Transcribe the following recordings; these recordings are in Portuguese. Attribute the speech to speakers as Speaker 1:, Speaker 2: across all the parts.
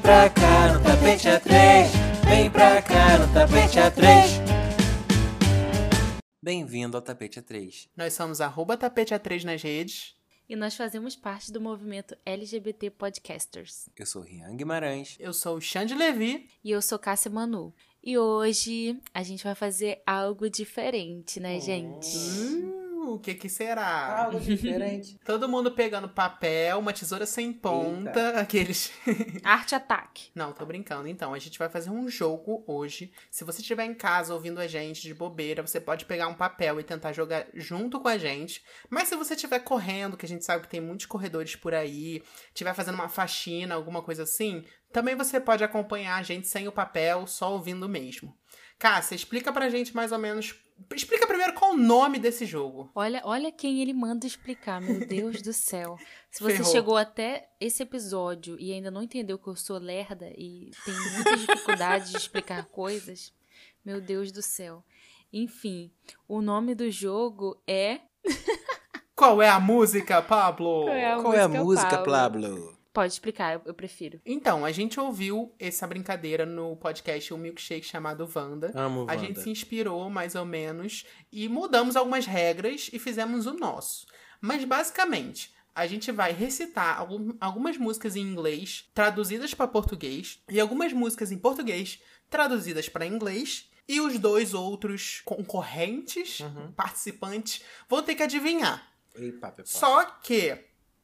Speaker 1: pra cá no tapete A3. Vem pra cá no tapete A3. Bem-vindo ao tapete A3.
Speaker 2: Nós somos arroba tapete A3 nas redes.
Speaker 3: E nós fazemos parte do movimento LGBT Podcasters.
Speaker 1: Eu sou Rian Guimarães.
Speaker 2: Eu sou o Xande Levi.
Speaker 3: E eu sou Cássia Manu. E hoje a gente vai fazer algo diferente, né, gente?
Speaker 2: Hum, o que que será?
Speaker 4: Algo diferente.
Speaker 2: Todo mundo pegando papel, uma tesoura sem ponta, aqueles...
Speaker 1: Oh.
Speaker 3: Arte ataque.
Speaker 2: Não, tô brincando. Então, a gente vai fazer um jogo hoje. Se você estiver em casa ouvindo a gente de bobeira, você pode pegar um papel e tentar jogar junto com a gente. Mas se você estiver correndo, que a gente sabe que tem muitos corredores por aí, estiver fazendo uma faxina, alguma coisa assim, também você pode acompanhar a gente sem o papel, só ouvindo mesmo. Cássia, explica pra gente mais ou menos. Explica primeiro qual o nome desse jogo.
Speaker 3: Olha, olha quem ele manda explicar, meu Deus do céu. Se você
Speaker 2: Ferrou.
Speaker 3: chegou até esse episódio e ainda não entendeu que eu sou lerda e tenho muita dificuldade de explicar coisas, meu Deus do céu. Enfim, o nome do jogo é.
Speaker 2: Qual é a música, Pablo?
Speaker 1: Qual é a música, Pablo?
Speaker 3: Pode explicar, eu, eu prefiro.
Speaker 2: Então, a gente ouviu essa brincadeira no podcast Um Milkshake chamado Wanda.
Speaker 1: Amo,
Speaker 2: A
Speaker 1: Wanda.
Speaker 2: gente se inspirou, mais ou menos, e mudamos algumas regras e fizemos o nosso. Mas, basicamente, a gente vai recitar algum- algumas músicas em inglês traduzidas para português e algumas músicas em português traduzidas para inglês. E os dois outros concorrentes,
Speaker 1: Uhum.
Speaker 2: participantes, vão ter que adivinhar.
Speaker 1: Ei, papo, papo.
Speaker 2: Só que,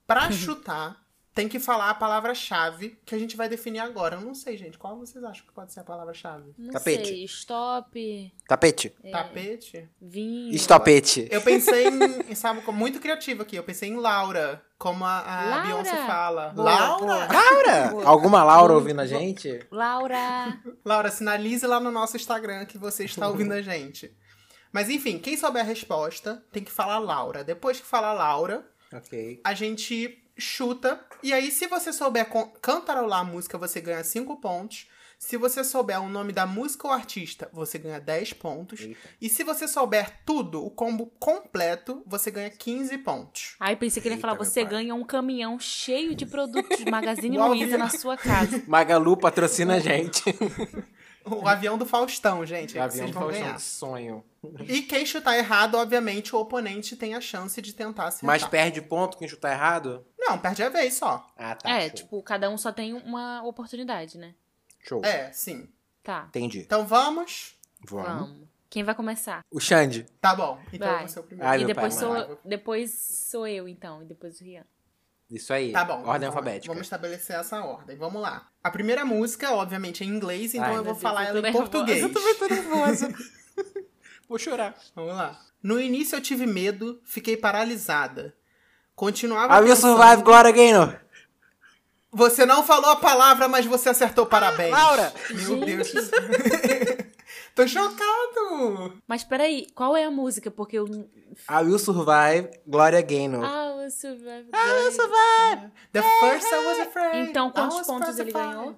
Speaker 2: pra chutar, tem que falar a palavra-chave que a gente vai definir agora. Eu não sei, gente. Qual vocês acham que pode ser a palavra-chave?
Speaker 3: Não
Speaker 1: Tapete.
Speaker 3: sei, stop,
Speaker 1: Tapete.
Speaker 2: Tapete?
Speaker 3: vinho.
Speaker 1: Estopete.
Speaker 2: Eu pensei em, em, sabe, como muito criativo aqui. Eu pensei em Laura, como a, a
Speaker 3: Laura?
Speaker 2: Beyoncé fala.
Speaker 3: Boa,
Speaker 2: Laura?
Speaker 3: boa.
Speaker 1: Laura! Alguma Laura ouvindo a gente?
Speaker 3: Laura!
Speaker 2: Laura, sinalize lá no nosso Instagram que você está ouvindo a gente. Mas enfim, quem souber a resposta tem que falar Laura. Depois que falar Laura,
Speaker 1: Ok.
Speaker 2: a gente chuta. E aí, se você souber con- cantarolar a música, você ganha 5 pontos. Se você souber o nome da música ou artista, você ganha 10 pontos.
Speaker 1: Eita.
Speaker 2: E se você souber tudo, o combo completo, você ganha 15 pontos.
Speaker 3: Ai, pensei que ele ia falar:
Speaker 1: Eita, meu
Speaker 3: você
Speaker 1: pai.
Speaker 3: ganha um caminhão cheio de produtos de Magazine
Speaker 2: Uau,
Speaker 3: Luiza
Speaker 2: viu?
Speaker 3: na sua casa.
Speaker 1: Magalu patrocina a gente.
Speaker 2: O avião do Faustão, gente. é que
Speaker 1: Avião
Speaker 2: vocês vão ganhar. Então
Speaker 1: sonho.
Speaker 2: E quem chutar errado, obviamente, o oponente tem a chance de tentar acertar.
Speaker 1: Mas perde ponto quem chutar errado?
Speaker 2: Não, perde a vez só.
Speaker 1: Ah, tá.
Speaker 3: É,
Speaker 1: show.
Speaker 3: tipo, cada um só tem uma oportunidade, né?
Speaker 1: Show.
Speaker 2: É, sim.
Speaker 3: Tá.
Speaker 1: Entendi.
Speaker 2: Então vamos?
Speaker 1: Vamos.
Speaker 3: Vamos. Quem vai começar?
Speaker 1: O Xande.
Speaker 2: Tá bom. Então
Speaker 3: Vai.
Speaker 2: você é o primeiro.
Speaker 1: Ai,
Speaker 3: e
Speaker 1: meu
Speaker 3: depois
Speaker 1: pai,
Speaker 3: sou,
Speaker 2: mano.
Speaker 3: depois sou eu, então, e depois o Rian.
Speaker 1: Isso aí.
Speaker 2: Tá bom.
Speaker 1: Ordem
Speaker 2: vamos-
Speaker 1: alfabética.
Speaker 2: Vamos estabelecer essa ordem. Vamos lá. A primeira música, obviamente, é em inglês, então
Speaker 1: Ai,
Speaker 2: eu
Speaker 3: meu
Speaker 2: vou
Speaker 3: Deus,
Speaker 2: falar
Speaker 3: eu
Speaker 2: ela
Speaker 3: tô
Speaker 2: em
Speaker 3: nervosa.
Speaker 2: português.
Speaker 3: Eu
Speaker 1: tô nervosa. Vou chorar.
Speaker 2: Vamos lá. No início eu tive medo, fiquei paralisada. Continuava.
Speaker 1: I will
Speaker 2: pensando-
Speaker 1: survive, Gloria Gaynor.
Speaker 2: Você não falou a palavra, mas você acertou. Parabéns.
Speaker 1: Laura!
Speaker 2: Meu
Speaker 3: Gente.
Speaker 2: Deus. Tô chocado!
Speaker 3: Mas peraí, qual é a música? Porque eu.
Speaker 1: I will survive, Gloria Gaynor.
Speaker 3: Ah, eu survive.
Speaker 2: The first I was afraid.
Speaker 3: Então, quantos
Speaker 2: I was
Speaker 3: pontos ele
Speaker 2: petrified.
Speaker 3: ganhou?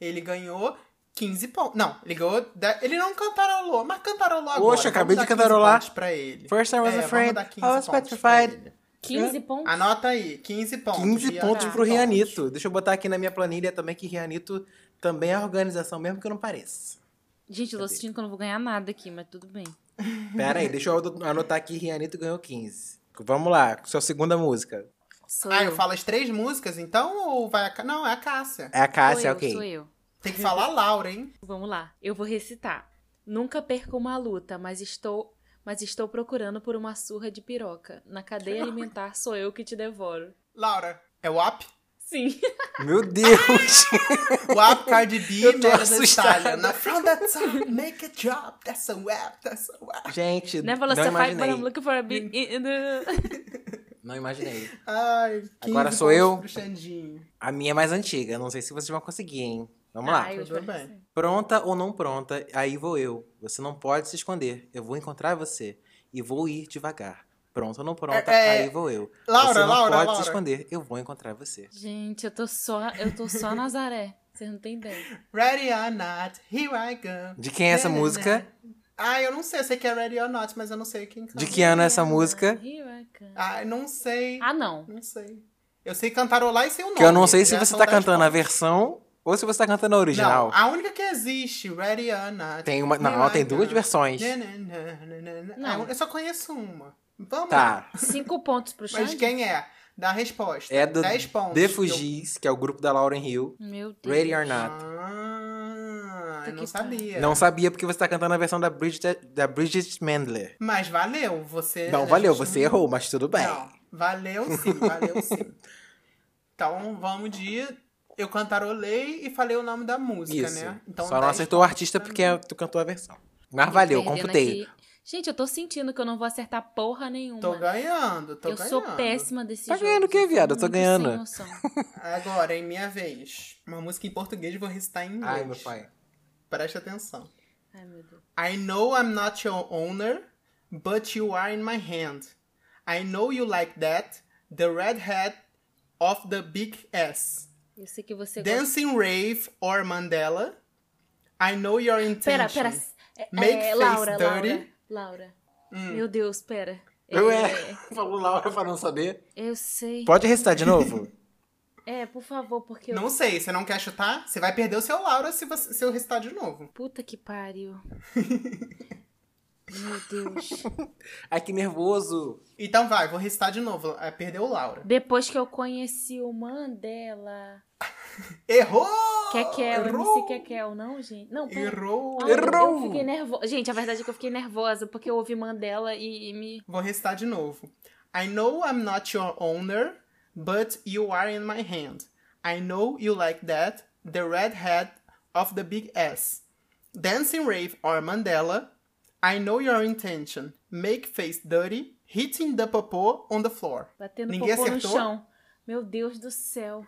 Speaker 2: Ele ganhou 15 pontos. Não, ele ganhou. 10. Ele não cantarolou, mas cantarolou agora.
Speaker 1: Oxe, eu acabei
Speaker 2: Vamos
Speaker 1: de
Speaker 2: dar 15
Speaker 1: cantarolar.
Speaker 2: pontos Pra ele.
Speaker 1: First I was
Speaker 2: É, vamos
Speaker 1: afraid,
Speaker 2: dar
Speaker 1: I
Speaker 2: 15
Speaker 1: was
Speaker 2: pontos
Speaker 1: petrified.
Speaker 2: pra ele.
Speaker 3: 15
Speaker 1: Ah,
Speaker 3: pontos?
Speaker 2: Anota aí, 15 pontos.
Speaker 1: 15
Speaker 2: Bia.
Speaker 1: pontos
Speaker 3: Tá.
Speaker 1: pro Rianito. Deixa eu botar aqui na minha planilha também que Rianito também é organização, mesmo que eu não pareça.
Speaker 3: Gente, eu tô
Speaker 1: Cadê?
Speaker 3: sentindo que eu não vou ganhar nada aqui, mas tudo bem.
Speaker 1: Pera aí, deixa eu anotar aqui Rianito ganhou 15. Vamos lá, sua segunda música.
Speaker 3: Sou
Speaker 2: Ah,
Speaker 3: eu.
Speaker 2: eu falo as três músicas, então? Ou vai a... Cá- Não, é a Cássia.
Speaker 1: É a
Speaker 3: sou
Speaker 1: Cássia,
Speaker 3: eu,
Speaker 1: ok.
Speaker 3: sou eu.
Speaker 2: Tem que falar a Laura, hein?
Speaker 3: Vamos lá, eu vou recitar. Nunca perco uma luta, mas estou, mas estou procurando por uma surra de piroca. Na cadeia alimentar sou eu que te devoro.
Speaker 2: Laura. É o Up?
Speaker 3: Sim.
Speaker 1: Meu Deus!
Speaker 2: O Up, Cardi B,
Speaker 1: Eu tô
Speaker 2: Meryl Streep,
Speaker 1: assustada.
Speaker 2: Now from that time, make a drop, that's a web, that's a web.
Speaker 1: Gente,
Speaker 3: Never
Speaker 1: não
Speaker 3: lost a é fight, but I'm
Speaker 1: imaginei.
Speaker 3: looking for a big...
Speaker 1: Não imaginei.
Speaker 2: Ai, 15
Speaker 1: Agora sou
Speaker 2: pontos
Speaker 1: eu.
Speaker 2: pro Xandinho.
Speaker 1: A minha é mais antiga, não sei se vocês vão conseguir, hein? Vamos lá.
Speaker 3: Ai, eu
Speaker 2: tudo
Speaker 3: espero que
Speaker 2: bem.
Speaker 3: sim.
Speaker 1: Pronta ou não pronta, aí vou eu. Você não pode se esconder. Eu vou encontrar você e vou ir devagar. Pronta ou não pronta,
Speaker 2: É, é.
Speaker 1: aí vou eu.
Speaker 2: Laura,
Speaker 1: você não
Speaker 2: Laura,
Speaker 1: pode
Speaker 2: Laura.
Speaker 1: se esconder. Eu vou encontrar você.
Speaker 3: Gente, eu tô só, eu tô só Nazaré. Vocês não têm ideia.
Speaker 2: Ready or not, here I go.
Speaker 1: De quem é essa
Speaker 3: Né,
Speaker 2: né,
Speaker 1: música?
Speaker 2: Ah, eu não sei, eu sei que é Ready or Not, mas eu não sei quem canta.
Speaker 1: De que ano é
Speaker 2: né?
Speaker 1: essa música?
Speaker 3: Here I come.
Speaker 2: Ah, eu não sei,
Speaker 3: Ah, não.
Speaker 2: não sei. Eu sei cantarolar e sei o nome.
Speaker 1: Que eu não sei se
Speaker 2: Já
Speaker 1: você
Speaker 2: são
Speaker 1: tá
Speaker 2: 10
Speaker 1: cantando a
Speaker 2: pontos.
Speaker 1: versão Ou se você tá cantando a original.
Speaker 2: Não, a única que existe, Ready or Not.
Speaker 1: Tem uma. Não,
Speaker 2: Ready
Speaker 1: tem
Speaker 2: or
Speaker 1: duas
Speaker 2: Not.
Speaker 1: versões.
Speaker 2: Né, né, né, né, né, né.
Speaker 3: Não.
Speaker 2: Ah, Eu só conheço uma. Vamos lá.
Speaker 1: Tá.
Speaker 3: Cinco pontos pro
Speaker 2: Mas
Speaker 3: Xande?
Speaker 2: quem é? Dá a resposta.
Speaker 1: É do
Speaker 2: 10 pontos.
Speaker 1: The Fugees, que é o grupo da Lauren Hill.
Speaker 3: Meu Deus.
Speaker 1: Ready or
Speaker 2: Eu...
Speaker 1: Not.
Speaker 2: Ah, eu
Speaker 3: Puta
Speaker 2: não
Speaker 3: que
Speaker 2: sabia.
Speaker 1: Não sabia porque você tá cantando a versão da Bridget, da Bridget Mendler.
Speaker 2: Mas valeu, você.
Speaker 1: Não,
Speaker 2: a
Speaker 1: valeu,
Speaker 2: gente-
Speaker 1: você errou, mas tudo bem.
Speaker 2: É, Não, valeu sim, valeu sim. Então vamos de. Eu cantarolei e falei o nome da música,
Speaker 1: Isso.
Speaker 2: né? Então,
Speaker 1: Só não
Speaker 2: 10
Speaker 1: acertou o artista
Speaker 2: pra
Speaker 1: porque
Speaker 2: mim.
Speaker 1: é- tu cantou a versão. Mas Ah, valeu,
Speaker 3: Perdendo
Speaker 1: computei.
Speaker 3: aqui. Gente, eu tô sentindo que eu não vou acertar porra nenhuma.
Speaker 2: Tô ganhando, tô
Speaker 3: eu
Speaker 2: ganhando.
Speaker 3: sou péssima desse
Speaker 1: Tá
Speaker 3: jogo.
Speaker 1: ganhando o quê, viado? Eu tô
Speaker 3: Muito
Speaker 1: ganhando.
Speaker 3: sem noção.
Speaker 2: Agora, em minha vez. Uma música em português vou recitar em inglês.
Speaker 1: Ai, meu pai.
Speaker 2: Preste atenção.
Speaker 3: Ai, meu Deus.
Speaker 2: I know I'm not your owner, but you are in my hand. I know you like that, the red hat of the big S.
Speaker 3: Eu sei que você gosta.
Speaker 2: Dancing Rave or Mandela. I know your intention.
Speaker 3: Pera, pera. É,
Speaker 2: Make
Speaker 3: é,
Speaker 2: face Hum.
Speaker 3: Laura,
Speaker 2: dirty.
Speaker 3: Laura, Laura. Meu Deus, pera.
Speaker 1: Ué,
Speaker 3: É,
Speaker 1: falou Laura pra não saber.
Speaker 3: eu sei.
Speaker 1: Pode recitar de novo?
Speaker 3: É, por favor, porque eu...
Speaker 2: Não sei, você não quer chutar? Você vai perder o seu Laura se, você, se eu recitar de novo.
Speaker 3: Puta que pariu. Meu Deus.
Speaker 1: Ai, que nervoso.
Speaker 2: Então vai, vou recitar de novo. É, perdeu o Laura.
Speaker 3: Depois que eu conheci o Mandela.
Speaker 2: Errou!
Speaker 3: Kekel, MC
Speaker 2: Errou!
Speaker 3: Kekel, é, não, gente? Não, pera.
Speaker 2: Errou!
Speaker 3: é. Ai,
Speaker 1: Errou!
Speaker 3: Eu fiquei nervosa. Gente, a verdade é que eu fiquei nervosa porque eu ouvi Mandela e, e me.
Speaker 2: Vou recitar de novo. I know I'm not your owner, but you are in my hand. I know you like that, the red hat of the big S. Dancing rave or Mandela. I know your intention. Make face dirty, hitting the popô on the floor.
Speaker 3: batendo
Speaker 2: Ninguém
Speaker 3: popô no
Speaker 2: acertou?
Speaker 3: chão. Meu Deus do céu.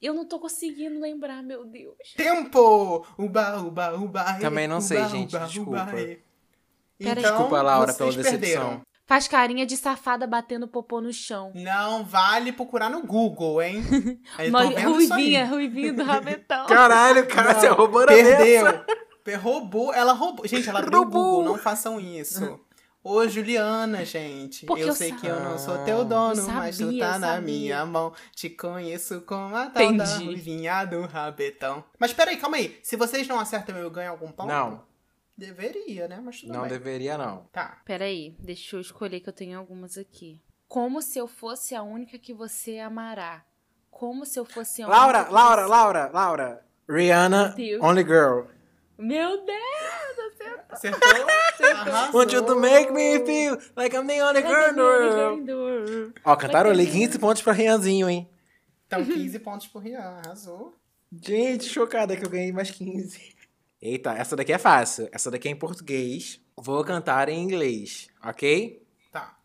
Speaker 3: Eu não tô conseguindo lembrar, meu Deus.
Speaker 2: Tempo! Uba, uba, uba.
Speaker 1: Também não
Speaker 2: uba,
Speaker 1: sei, gente,
Speaker 2: uba,
Speaker 1: desculpa.
Speaker 2: uba, e.
Speaker 3: Peraí.
Speaker 2: Então,
Speaker 1: Desculpa, Laura, pela
Speaker 2: vocês
Speaker 1: decepção.
Speaker 2: perderam.
Speaker 3: Faz carinha de safada batendo popô no chão.
Speaker 2: Não vale procurar no Google, hein? Eu tô
Speaker 3: Nós-
Speaker 2: vendo isso aí.
Speaker 3: ruivinha, ruivinha do rabetão.
Speaker 1: Caralho, cara,
Speaker 2: Não,
Speaker 1: você roubou a versão.
Speaker 2: Perdeu. Per- Roubou. Ela roubou. Gente, ela abriu o
Speaker 1: Roubou.
Speaker 2: Google. Não façam isso. Ô, Juliana, gente.
Speaker 3: Porque
Speaker 2: eu,
Speaker 3: eu
Speaker 2: sei
Speaker 3: sa-
Speaker 2: que eu não sou teu dono,
Speaker 3: Eu
Speaker 2: mas tu
Speaker 3: sabia,
Speaker 2: tá
Speaker 3: eu
Speaker 2: na
Speaker 3: sabia.
Speaker 2: minha mão. Te conheço como a tal da
Speaker 3: Entendi.
Speaker 2: ruivinha do rabetão. Mas peraí, calma aí. Se vocês não acertam, eu ganho algum ponto?
Speaker 1: Não.
Speaker 2: Deveria, né? Mas tudo
Speaker 1: Não
Speaker 2: bem.
Speaker 1: deveria, não.
Speaker 2: Tá.
Speaker 3: Peraí, deixa eu escolher que eu tenho algumas aqui. Como se eu fosse a única que você amará. Como se eu fosse a única.
Speaker 1: Laura,
Speaker 3: que
Speaker 1: Laura,
Speaker 3: você-
Speaker 1: Laura, Laura. Rihanna,
Speaker 3: Meu Deus.
Speaker 1: Only Girl.
Speaker 3: Meu Deus!
Speaker 2: Acertou? Arrasou.
Speaker 1: Want you to make me feel like I'm the only girl in the world. Ó, cantarolei 15 pontos pra Rianzinho, hein?
Speaker 2: Então, 15 pontos por Rian. Arrasou.
Speaker 1: Gente, chocada que eu ganhei mais 15. Eita, essa daqui é fácil. Essa daqui é em português. Vou cantar em inglês, ok?
Speaker 2: Tá.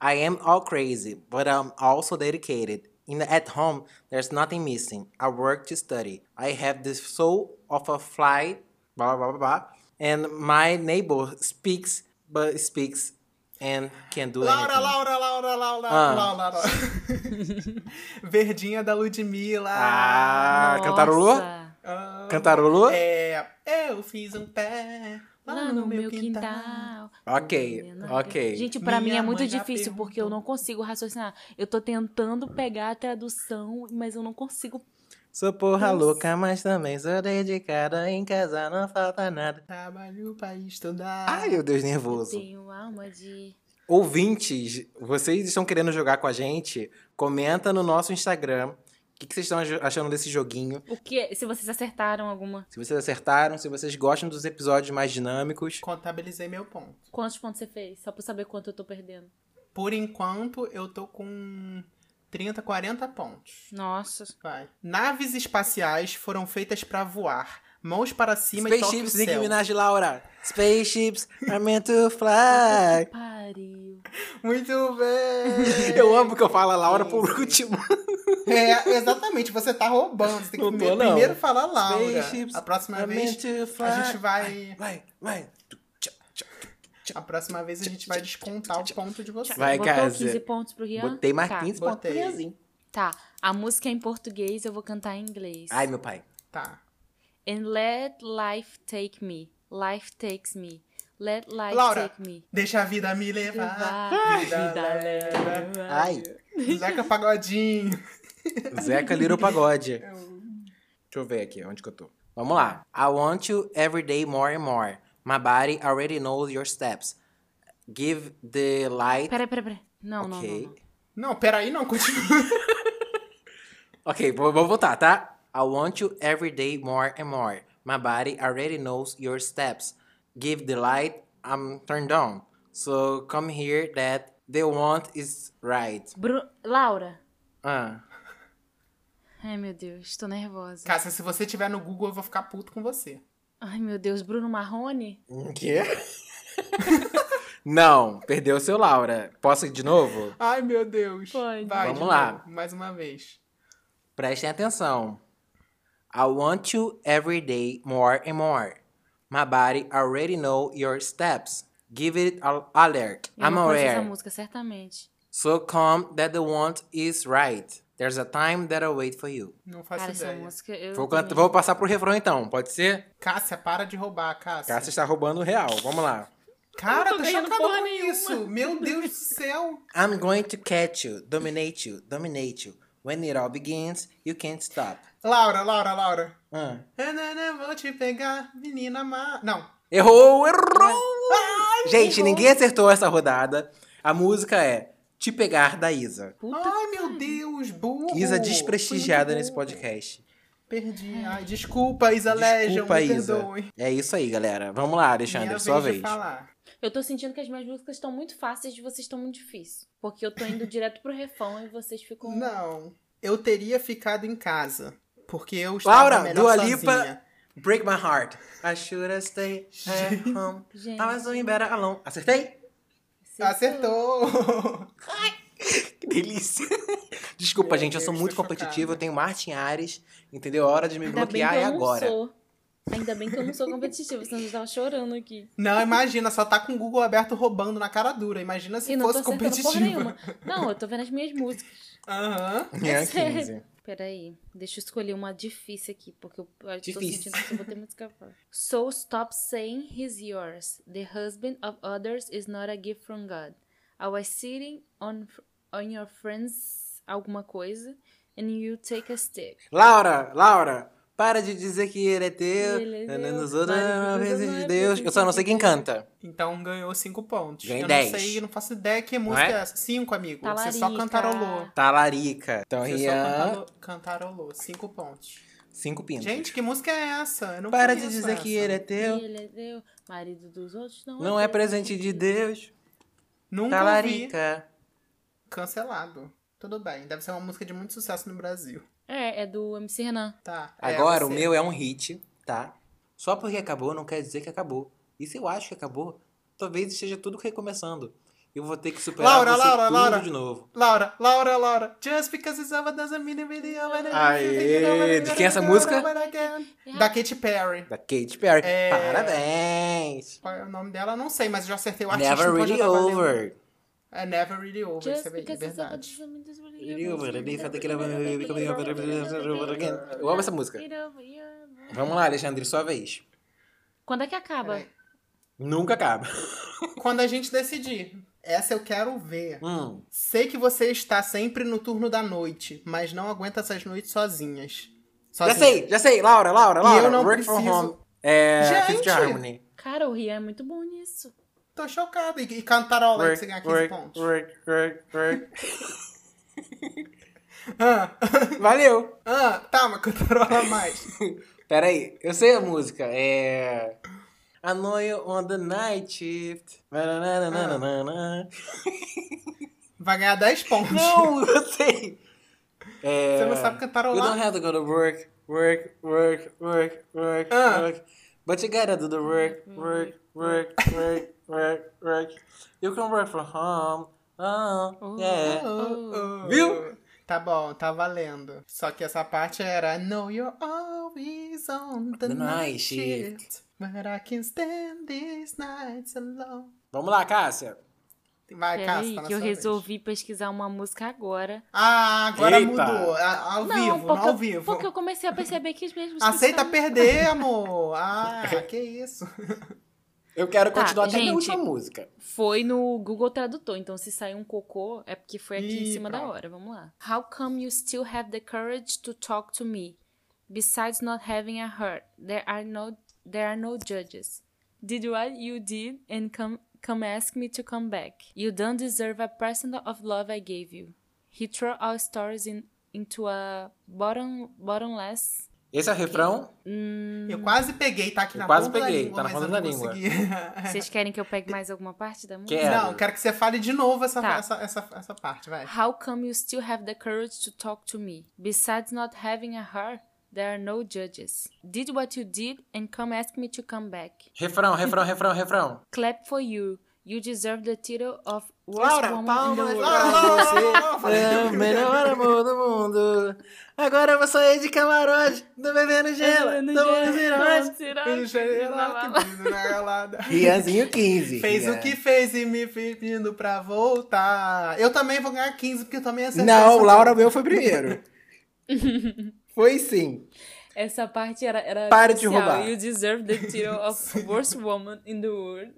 Speaker 1: I am all crazy, but I'm also dedicated. In the, at home, there's nothing missing. I work to study. I have the soul of a fly, blah blah blah blah. And my neighbor speaks, but speaks and can do
Speaker 2: Laura,
Speaker 1: anything.
Speaker 2: Laura, Laura, Laura,
Speaker 1: Ah.
Speaker 2: Laura, Laura. Verdinha da Ludmilla.
Speaker 1: Ah, cantarolou?
Speaker 2: Ah.
Speaker 1: Cantarolou?
Speaker 2: É, eu fiz um pé lá no meu quintal.
Speaker 1: Ok, ok.
Speaker 3: Gente, pra
Speaker 2: Minha
Speaker 3: mim é
Speaker 2: mãe
Speaker 3: muito
Speaker 2: já
Speaker 3: difícil porque eu não consigo raciocinar. Eu tô tentando pegar a tradução, mas eu não consigo.
Speaker 1: Sou porra
Speaker 3: Nossa.
Speaker 1: louca, mas também sou dedicada. Em casa não falta nada.
Speaker 2: Trabalho pra estudar.
Speaker 1: Ai, meu Deus,
Speaker 3: Eu
Speaker 1: nervoso.
Speaker 3: tenho alma de.
Speaker 1: Ouvintes, vocês estão querendo jogar com a gente? Comenta no nosso Instagram. O que, que vocês estão ach- achando desse joguinho?
Speaker 3: O que? é? Se vocês acertaram alguma.
Speaker 1: Se vocês acertaram, se vocês gostam dos episódios mais dinâmicos.
Speaker 2: Contabilizei meu ponto.
Speaker 3: Quantos pontos você fez? Só pra eu saber quanto eu tô perdendo.
Speaker 2: Por enquanto, eu tô com 30, 40 pontos.
Speaker 3: Nossa.
Speaker 2: Vai. Naves espaciais foram feitas pra voar. Mãos para cima e toque o
Speaker 1: Spaceships, Nicki
Speaker 2: céu.
Speaker 1: Minaj, Laura. Spaceships are meant to fly.
Speaker 3: Puta que Pariu.
Speaker 2: Muito bem!
Speaker 1: Eu amo que eu falo a Laura por último.
Speaker 2: É, exatamente, você tá roubando. Você tem que
Speaker 1: Não tô,
Speaker 2: primeiro,
Speaker 1: não.
Speaker 2: primeiro falar Laura.
Speaker 1: Spaceships
Speaker 2: A próxima
Speaker 1: are meant
Speaker 2: vez
Speaker 1: to fly.
Speaker 2: a gente vai.
Speaker 1: Vai, vai.
Speaker 2: A próxima vez a gente vai descontar o ponto de você.
Speaker 1: Vai,
Speaker 3: Botou
Speaker 1: Gazi.
Speaker 3: 15 pontos pro Rian?
Speaker 1: Botei mais
Speaker 3: tá.
Speaker 1: 15 pontos pro
Speaker 2: Botei.
Speaker 4: Assim.
Speaker 1: Leozinho.
Speaker 3: Tá. A música é em português, eu vou cantar em inglês.
Speaker 1: Ai, meu pai.
Speaker 2: Tá.
Speaker 3: And let life take me. Life takes me. Let life
Speaker 2: Laura.
Speaker 3: take me.
Speaker 2: Deixa a vida me levar.
Speaker 3: Levar,
Speaker 2: Vida,
Speaker 3: vida
Speaker 2: leva.
Speaker 3: leva.
Speaker 1: Ai.
Speaker 2: Zeca Pagodinho.
Speaker 1: Zeca Little Pagode. Deixa eu ver aqui onde que eu tô. Vamos lá. I want you every day more and more. My body already knows your steps. Give the light.
Speaker 3: Peraí, peraí, peraí. Não, não, não,
Speaker 1: ok.
Speaker 3: não.
Speaker 2: Não, peraí, não, continua.
Speaker 1: Ok, vou, vou voltar, tá? I want you every day more and more. My body already knows your steps. Give the light, I'm turned on. So come here that the want is right.
Speaker 3: Bru- Laura.
Speaker 1: Ah.
Speaker 3: Ai, meu Deus, tô nervosa.
Speaker 2: Cássia, se você tiver no Google, eu vou ficar puto com você.
Speaker 3: Ai, meu Deus, Bruno Marrone?
Speaker 1: Quê? Não, perdeu o seu Laura. Posso ir de novo?
Speaker 2: Ai, meu Deus.
Speaker 3: Pode.
Speaker 2: Vai,
Speaker 1: Vamos
Speaker 2: de
Speaker 1: lá.
Speaker 2: novo, mais uma vez.
Speaker 1: Prestem atenção. I want you every day more and more. My body already know your steps. Give it a alert.
Speaker 3: Eu
Speaker 1: I'm
Speaker 3: não conheço essa
Speaker 1: aware.
Speaker 3: música, certamente.
Speaker 1: So come that the want is right. There's a time that I wait for you.
Speaker 2: Não faço
Speaker 3: Cara, essa
Speaker 2: ideia.
Speaker 3: música eu
Speaker 1: Vou,
Speaker 3: também-
Speaker 1: cant- vou passar pro refrão então, pode ser?
Speaker 2: Cássia, para de roubar, Cássia.
Speaker 1: Cássia está roubando o real, vamos lá.
Speaker 2: Cara,
Speaker 3: Eu tô
Speaker 2: tô
Speaker 3: ganhando
Speaker 2: chocado
Speaker 3: porra
Speaker 2: com
Speaker 3: nenhuma.
Speaker 2: isso. Meu Deus do céu.
Speaker 1: I'm going to catch you, dominate you, dominate you. When it all begins, you can't stop.
Speaker 2: Laura, Laura, Laura.
Speaker 1: Ah.
Speaker 2: Eu não, não vou te pegar, menina má. Não.
Speaker 1: Errou, errou!
Speaker 2: Ai,
Speaker 1: Gente,
Speaker 2: errou.
Speaker 1: ninguém acertou essa rodada. A música é Te Pegar da Isa.
Speaker 3: Puta
Speaker 2: Ai,
Speaker 3: que
Speaker 2: meu
Speaker 3: pariu.
Speaker 2: Deus, burro.
Speaker 1: Isa
Speaker 2: Fui
Speaker 1: desprestigiada
Speaker 2: muito
Speaker 1: nesse
Speaker 2: burro.
Speaker 1: podcast.
Speaker 2: Perdi. Ai, desculpa, Isa Legion.
Speaker 1: Desculpa,
Speaker 2: Me
Speaker 1: Isa.
Speaker 2: perdoe.
Speaker 1: É isso aí, galera. Vamos lá, Alexandre,
Speaker 2: Minha
Speaker 1: sua
Speaker 2: vez de
Speaker 1: vez.
Speaker 2: falar.
Speaker 3: Eu tô sentindo que as minhas músicas estão muito fáceis e vocês estão muito difíceis. Porque eu tô indo direto pro refão e vocês ficam.
Speaker 2: Não. Eu teria ficado em casa. Porque eu estava
Speaker 1: Laura,
Speaker 2: melhor
Speaker 1: Dua
Speaker 2: sozinha.
Speaker 1: Lipa. Break my heart. I should have stayed at home. I
Speaker 3: Gente.
Speaker 1: was doing better alone. Acertei? Tipo-
Speaker 3: vocês-
Speaker 2: Acertou.
Speaker 1: Que delícia. Desculpa,
Speaker 2: Meu
Speaker 1: gente, eu sou
Speaker 2: Deus,
Speaker 1: muito
Speaker 2: tô
Speaker 1: competitivo.
Speaker 2: chocada.
Speaker 1: Eu tenho Martin Ares, entendeu? A hora de me
Speaker 3: Ainda bem
Speaker 1: bloquear
Speaker 3: que eu
Speaker 1: é
Speaker 3: não
Speaker 1: agora.
Speaker 3: sou. Ainda bem que eu não sou competitiva, senão eu já tava chorando aqui.
Speaker 2: Não, imagina, só tá com o Google aberto roubando na cara dura. Imagina se
Speaker 3: e não tô
Speaker 2: fosse
Speaker 3: acertando porra nenhuma.
Speaker 2: competitiva.
Speaker 3: Não, eu tô vendo as minhas músicas.
Speaker 2: Aham.
Speaker 1: É,
Speaker 3: É sério.
Speaker 1: 15.
Speaker 3: Peraí, deixa eu escolher uma difícil aqui, porque eu eu tô
Speaker 1: Difícil.
Speaker 3: sentindo que eu só vou ter música fácil. So stop saying he's yours. The husband of others is not a gift from God. I was sitting on, on your friends alguma coisa, and you take a stick.
Speaker 1: Laura, Laura, para de dizer que ele é teu.
Speaker 3: Ele é
Speaker 1: Nanã,
Speaker 3: meu.
Speaker 1: Nos outros,
Speaker 3: Vale
Speaker 1: não,
Speaker 3: tudo,
Speaker 1: vezes
Speaker 3: não
Speaker 1: de
Speaker 3: é
Speaker 1: Deus.
Speaker 3: preciso
Speaker 1: Eu só não sei quem canta.
Speaker 2: Então ganhou cinco pontos.
Speaker 1: Ganhei
Speaker 2: eu
Speaker 1: dez.
Speaker 2: não sei, eu não faço ideia que
Speaker 1: Não
Speaker 2: música
Speaker 1: é?
Speaker 2: é essa. Cinco, amigo. Você só
Speaker 3: Talarica.
Speaker 2: cantarolou.
Speaker 1: Talarica. Então,
Speaker 2: Você só
Speaker 1: Rian,
Speaker 2: cantarolou, cantarolou. Cinco pontos.
Speaker 1: cinco pintos.
Speaker 2: Gente, que música é essa? Eu não
Speaker 1: para de
Speaker 2: conheço
Speaker 1: dizer
Speaker 2: essa.
Speaker 1: que ele é teu.
Speaker 3: Ele é teu, marido dos outros não,
Speaker 1: Não é
Speaker 3: teu.
Speaker 1: presente de Deus.
Speaker 2: Nunca ouvi.
Speaker 1: Talarica.
Speaker 2: Cancelado. Tudo bem. Deve ser uma música de muito sucesso no Brasil.
Speaker 3: É, é do MC Renan.
Speaker 2: Tá. é
Speaker 1: Agora, o
Speaker 2: você.
Speaker 1: meu é um hit, tá? Só porque acabou não quer dizer que acabou. E se eu acho que acabou, talvez esteja tudo recomeçando. Eu vou ter que superar
Speaker 2: Laura,
Speaker 1: você
Speaker 2: Laura,
Speaker 1: tudo
Speaker 2: Laura.
Speaker 1: de novo.
Speaker 2: Laura, Laura, Laura. Just because it's over doesn't mean it really over.
Speaker 1: Aê, de quem é essa música?
Speaker 2: Da Katy Perry.
Speaker 1: Da Katy Perry.
Speaker 2: É.
Speaker 1: Parabéns.
Speaker 2: Qual é o nome dela? Não sei, mas eu já acertei o artista.
Speaker 1: Never
Speaker 2: então já
Speaker 1: really
Speaker 2: tá valendo.
Speaker 1: over.
Speaker 2: É Never Really Over,
Speaker 3: Just
Speaker 2: isso é ver- é
Speaker 3: because it's over
Speaker 2: verdade.
Speaker 3: doesn't mean
Speaker 1: Really
Speaker 3: it's
Speaker 1: over,
Speaker 3: really
Speaker 1: really
Speaker 3: over.
Speaker 1: over, really over, really over again. Eu amo essa música. Vamos lá, Alexandre, sua vez.
Speaker 3: Quando é que acaba?
Speaker 2: Peraí.
Speaker 1: Nunca acaba.
Speaker 2: Quando a gente decidir. Essa eu quero ver.
Speaker 1: Hum.
Speaker 2: Sei que você está sempre no turno da noite, mas não aguenta essas noites sozinhas.
Speaker 1: Já
Speaker 2: Sozinha.
Speaker 1: sei, já sei. Laura, Laura,
Speaker 2: tá E
Speaker 1: Laura.
Speaker 2: eu não
Speaker 1: Work from
Speaker 2: preciso-
Speaker 1: home. É,
Speaker 2: Gente!
Speaker 1: Fifth Harmony.
Speaker 3: Cara, o Rian é muito bom nisso.
Speaker 2: Tô chocado. E, e cantarola aí pra você ganhar 15 pontos.
Speaker 1: work, work, work.
Speaker 2: Ah,
Speaker 1: Valeu.
Speaker 2: ah, tá, mas cantarola mais.
Speaker 1: Pera aí, eu sei a música. É. I know you on the night shift. Nananana.
Speaker 2: Ah. Vai ganhar 10 pontos.
Speaker 1: Não, eu sei. É...
Speaker 2: Você não sabe
Speaker 1: You don't
Speaker 2: cantarolar.
Speaker 1: have to go to work, work, work, work, work,
Speaker 2: Ah.
Speaker 1: work. But you gotta do the work, work, work, work, work, work. You can work from home. Oh,
Speaker 3: Oh.
Speaker 1: yeah.
Speaker 2: Oh, oh.
Speaker 1: Viu?
Speaker 2: Tá bom, tá valendo. Só que essa parte era I know you're always on the,
Speaker 1: The night
Speaker 2: night shift. But I can stand these nights alone.
Speaker 1: Vamos lá, Cássia.
Speaker 2: Vai, Cássio,
Speaker 3: Peraí,
Speaker 2: tá na
Speaker 3: que eu
Speaker 2: sua vez.
Speaker 3: resolvi pesquisar uma música agora.
Speaker 2: Ah, agora
Speaker 1: Eita.
Speaker 2: mudou. A- ao vivo,
Speaker 3: porque,
Speaker 2: não ao
Speaker 3: eu-
Speaker 2: vivo.
Speaker 3: Porque eu comecei a perceber que as minhas músicas.
Speaker 2: Aceita
Speaker 3: são-
Speaker 2: perder, amor. Ah, que isso.
Speaker 1: Eu quero
Speaker 3: Tá,
Speaker 1: continuar até a minha
Speaker 3: gente.
Speaker 1: última música.
Speaker 3: Foi no Google Tradutor, então se sair um cocô é porque foi aqui
Speaker 2: Ih,
Speaker 3: em cima da
Speaker 2: pronto.
Speaker 3: hora. Vamos lá. How come you still have the courage to talk to me? Besides not having a heart, there are no there are no judges. Did what you did and come come ask me to come back. You don't deserve a present of love I gave you. He threw our stories in, into a bottom bottomless
Speaker 1: Esse é o refrão?
Speaker 3: Hum.
Speaker 2: Eu quase peguei, tá aqui
Speaker 1: Eu
Speaker 2: na
Speaker 1: quase
Speaker 2: ponta
Speaker 1: peguei,
Speaker 2: da língua,
Speaker 1: tá na
Speaker 2: mas eu
Speaker 1: ponta
Speaker 2: não
Speaker 1: da língua.
Speaker 2: consegui.
Speaker 3: Vocês querem que eu pegue mais alguma parte da música?
Speaker 1: Quero.
Speaker 2: Não, quero que você fale de novo essa,
Speaker 3: Tá.
Speaker 2: essa, essa, essa parte, vai.
Speaker 3: How come you still have the courage to talk to me? Besides not having a heart, there are no judges. Did what you did and come ask me to come back.
Speaker 1: Refrão, refrão, refrão, refrão.
Speaker 3: Clap for you. You deserve the title of worst
Speaker 1: Laura,
Speaker 3: woman
Speaker 1: palmas
Speaker 3: in the
Speaker 1: para
Speaker 3: world.
Speaker 2: Ah,
Speaker 1: você. É o melhor amor do mundo. Agora eu vou sair de camarote do bebendo gelo.
Speaker 3: Bebendo
Speaker 1: do
Speaker 3: gelo,
Speaker 1: mundo girote.
Speaker 2: Beijo,
Speaker 3: Lá, lá, lá.
Speaker 2: que brilho na galada.
Speaker 1: Rianzinho 15.
Speaker 2: Fez
Speaker 1: Rian.
Speaker 2: o que fez e me pedindo pra voltar. Eu também vou ganhar 15, porque eu também acertei.
Speaker 1: Não,
Speaker 2: essa
Speaker 1: o Laura meu foi primeiro. foi sim.
Speaker 3: Essa parte era, era
Speaker 1: Pare de
Speaker 3: crucial.
Speaker 1: roubar.
Speaker 3: You deserve the title of worst woman in the world.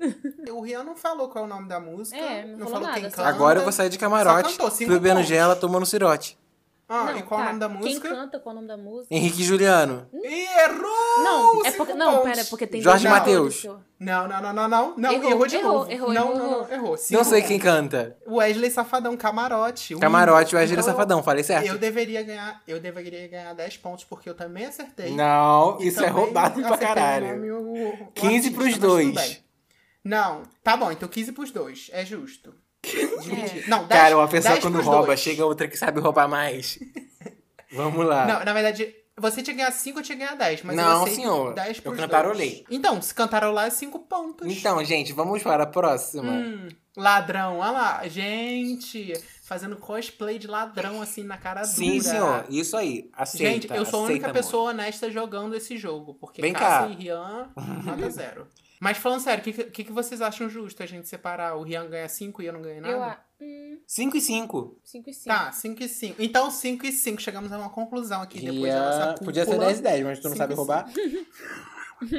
Speaker 2: O Rian não falou qual é o nome da música.
Speaker 3: É, não
Speaker 2: não,
Speaker 3: falou
Speaker 2: falou quem
Speaker 3: nada, só-
Speaker 2: canta.
Speaker 1: Agora eu vou sair de camarote
Speaker 2: Só cantou, cinco
Speaker 1: bebendo
Speaker 2: pontos.
Speaker 1: gela, tomando cirote.
Speaker 2: Ah,
Speaker 3: Não,
Speaker 2: e qual
Speaker 3: tá.
Speaker 2: é o nome da
Speaker 3: Quem
Speaker 2: música?
Speaker 3: canta, qual o nome da música?
Speaker 1: Henrique e Juliano.
Speaker 2: Ih, errou!
Speaker 3: Não, é
Speaker 2: cinco
Speaker 3: porque. Não,
Speaker 2: pontos.
Speaker 3: pera, é porque tem
Speaker 1: Jorge
Speaker 3: dois
Speaker 1: Mateus.
Speaker 3: autores, seu-
Speaker 2: Não, não, não, não, não. Não,
Speaker 3: Errou,
Speaker 2: errou, de
Speaker 3: errou,
Speaker 2: novo.
Speaker 3: errou,
Speaker 2: não,
Speaker 3: errou,
Speaker 2: não,
Speaker 3: errou.
Speaker 2: não, errou. Cinco
Speaker 1: Não sei quem
Speaker 2: pontos.
Speaker 1: canta.
Speaker 2: Wesley Safadão, Camarote. o
Speaker 1: Camarote, o Agir
Speaker 2: Então,
Speaker 1: Safadão, falei certo?
Speaker 2: Eu deveria ganhar, eu deveria ganhar 10 pontos, porque eu também acertei.
Speaker 1: Não,
Speaker 2: E
Speaker 1: isso é
Speaker 2: também
Speaker 1: roubado pra
Speaker 2: acertei o
Speaker 1: caralho.
Speaker 2: nome, o- o
Speaker 1: 15
Speaker 2: artista,
Speaker 1: pros
Speaker 2: mas tudo
Speaker 1: dois.
Speaker 2: bem. Não, tá bom, então 15 pros dois, é justo. Dividir. Não, 10,
Speaker 1: Cara, uma pessoa
Speaker 2: 10
Speaker 1: quando
Speaker 2: pros
Speaker 1: rouba,
Speaker 2: dois.
Speaker 1: chega outra que sabe roubar mais. Vamos lá.
Speaker 2: Não, na verdade, você tinha que ganhar 5, eu tinha que ganhar 10, mas
Speaker 1: Não,
Speaker 2: eu aceito
Speaker 1: senhor.
Speaker 2: 10
Speaker 1: Eu
Speaker 2: pros
Speaker 1: cantarolei.
Speaker 2: dois. Então, se cantarolar é 5 pontos.
Speaker 1: Então, gente, vamos para a próxima.
Speaker 2: Hum, ladrão, olha lá. Gente, fazendo cosplay de ladrão assim na cara
Speaker 1: Sim,
Speaker 2: dura.
Speaker 1: senhor. Isso aí. Aceita.
Speaker 2: Gente, eu sou a
Speaker 1: aceita,
Speaker 2: única
Speaker 1: amor.
Speaker 2: pessoa honesta jogando esse jogo, porque
Speaker 1: Vem cá.
Speaker 2: Cassi e Rian, nada zero. Mas falando sério, o que, que, que vocês acham justo a gente separar? O Rian ganha 5 e eu não ganho nada?
Speaker 3: Eu a. Hum,
Speaker 1: 5 e 5.
Speaker 3: 5 e 5.
Speaker 2: Tá, 5 e 5. Então, 5 e 5. Chegamos a uma conclusão aqui depois da nossa
Speaker 1: Podia,
Speaker 2: cúpula.
Speaker 1: podia ser 10 e 10, mas tu não
Speaker 2: Cinco
Speaker 1: sabe
Speaker 2: e
Speaker 1: roubar.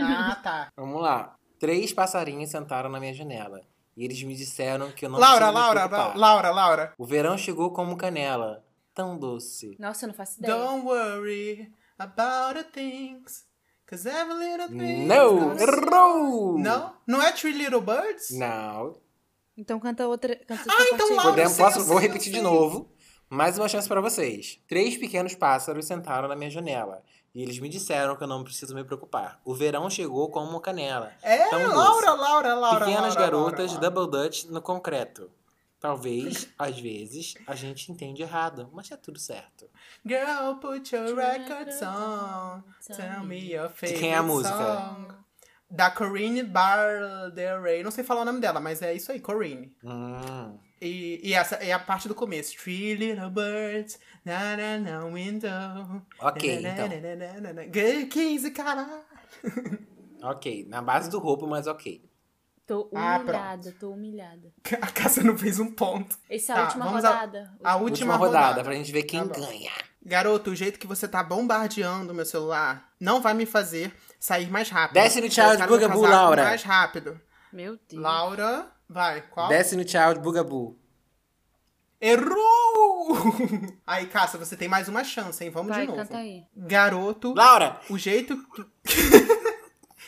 Speaker 2: Ah, tá.
Speaker 1: Vamos lá. Três passarinhos sentaram na minha janela. E eles me disseram que eu não
Speaker 2: Laura,
Speaker 1: preciso me
Speaker 2: Laura,
Speaker 1: preocupar.
Speaker 2: Laura, Laura.
Speaker 1: O verão chegou como canela. Tão doce.
Speaker 3: Nossa, eu não faço ideia.
Speaker 2: Don't worry about the things, cause every little thing...
Speaker 1: Não! Errou!
Speaker 2: Não? Não é Three Little Birds?
Speaker 1: Não.
Speaker 3: Então canta outra. Canta outra
Speaker 2: então
Speaker 3: parte aí.
Speaker 2: Laura,
Speaker 1: Podemos,
Speaker 2: sei, eu
Speaker 1: posso,
Speaker 2: sei,
Speaker 1: vou
Speaker 2: eu
Speaker 1: repetir de
Speaker 2: sei.
Speaker 1: novo. Mais uma chance pra vocês. Três pequenos pássaros sentaram na minha janela. E eles me disseram que eu não preciso me preocupar. O verão chegou como canela.
Speaker 2: É,
Speaker 1: Tão
Speaker 2: Laura, Laura, Laura,
Speaker 1: Pequenas
Speaker 2: Laura,
Speaker 1: garotas
Speaker 2: Laura, Laura.
Speaker 1: double dutch no concreto. Talvez, às vezes, a gente entende errado, mas é tudo certo.
Speaker 2: Girl, put your records on. Tell me your favorite
Speaker 1: quem é a música?
Speaker 2: song. Da Corinne Bar Del Rey. Não sei falar o nome dela, mas é isso aí, Corinne.
Speaker 1: Hum.
Speaker 2: E, e essa é a parte do começo. Three little birds, na na na window.
Speaker 1: Ok,
Speaker 2: na,
Speaker 1: então.
Speaker 2: Na, na, na, na, na. Ganhei 15, caralho.
Speaker 1: Ok, na base do roubo, mas ok.
Speaker 3: Tô
Speaker 2: Ah,
Speaker 3: humilhada, tô humilhada.
Speaker 2: A Cássia não fez um ponto.
Speaker 3: Essa é a
Speaker 2: Tá,
Speaker 3: última
Speaker 2: vamos a-
Speaker 3: rodada.
Speaker 2: A
Speaker 1: Última,
Speaker 2: última,
Speaker 1: rodada,
Speaker 2: rodada.
Speaker 1: pra gente ver quem
Speaker 2: Tá bom.
Speaker 1: ganha.
Speaker 2: Garoto, o jeito que você tá bombardeando meu celular não vai me fazer sair mais rápido.
Speaker 1: Desce no Child
Speaker 2: Eu quero meu
Speaker 1: Bugaboo,
Speaker 2: casaco
Speaker 1: Laura.
Speaker 2: Mais rápido.
Speaker 3: Meu Deus.
Speaker 2: Laura, vai, qual?
Speaker 1: Desce no Child Bugaboo.
Speaker 2: Errou! Aí, Cássia, você tem mais uma chance, hein? Vamos
Speaker 3: Vai,
Speaker 2: de novo.
Speaker 3: canta aí.
Speaker 2: Garoto,
Speaker 1: Laura!
Speaker 2: o jeito que...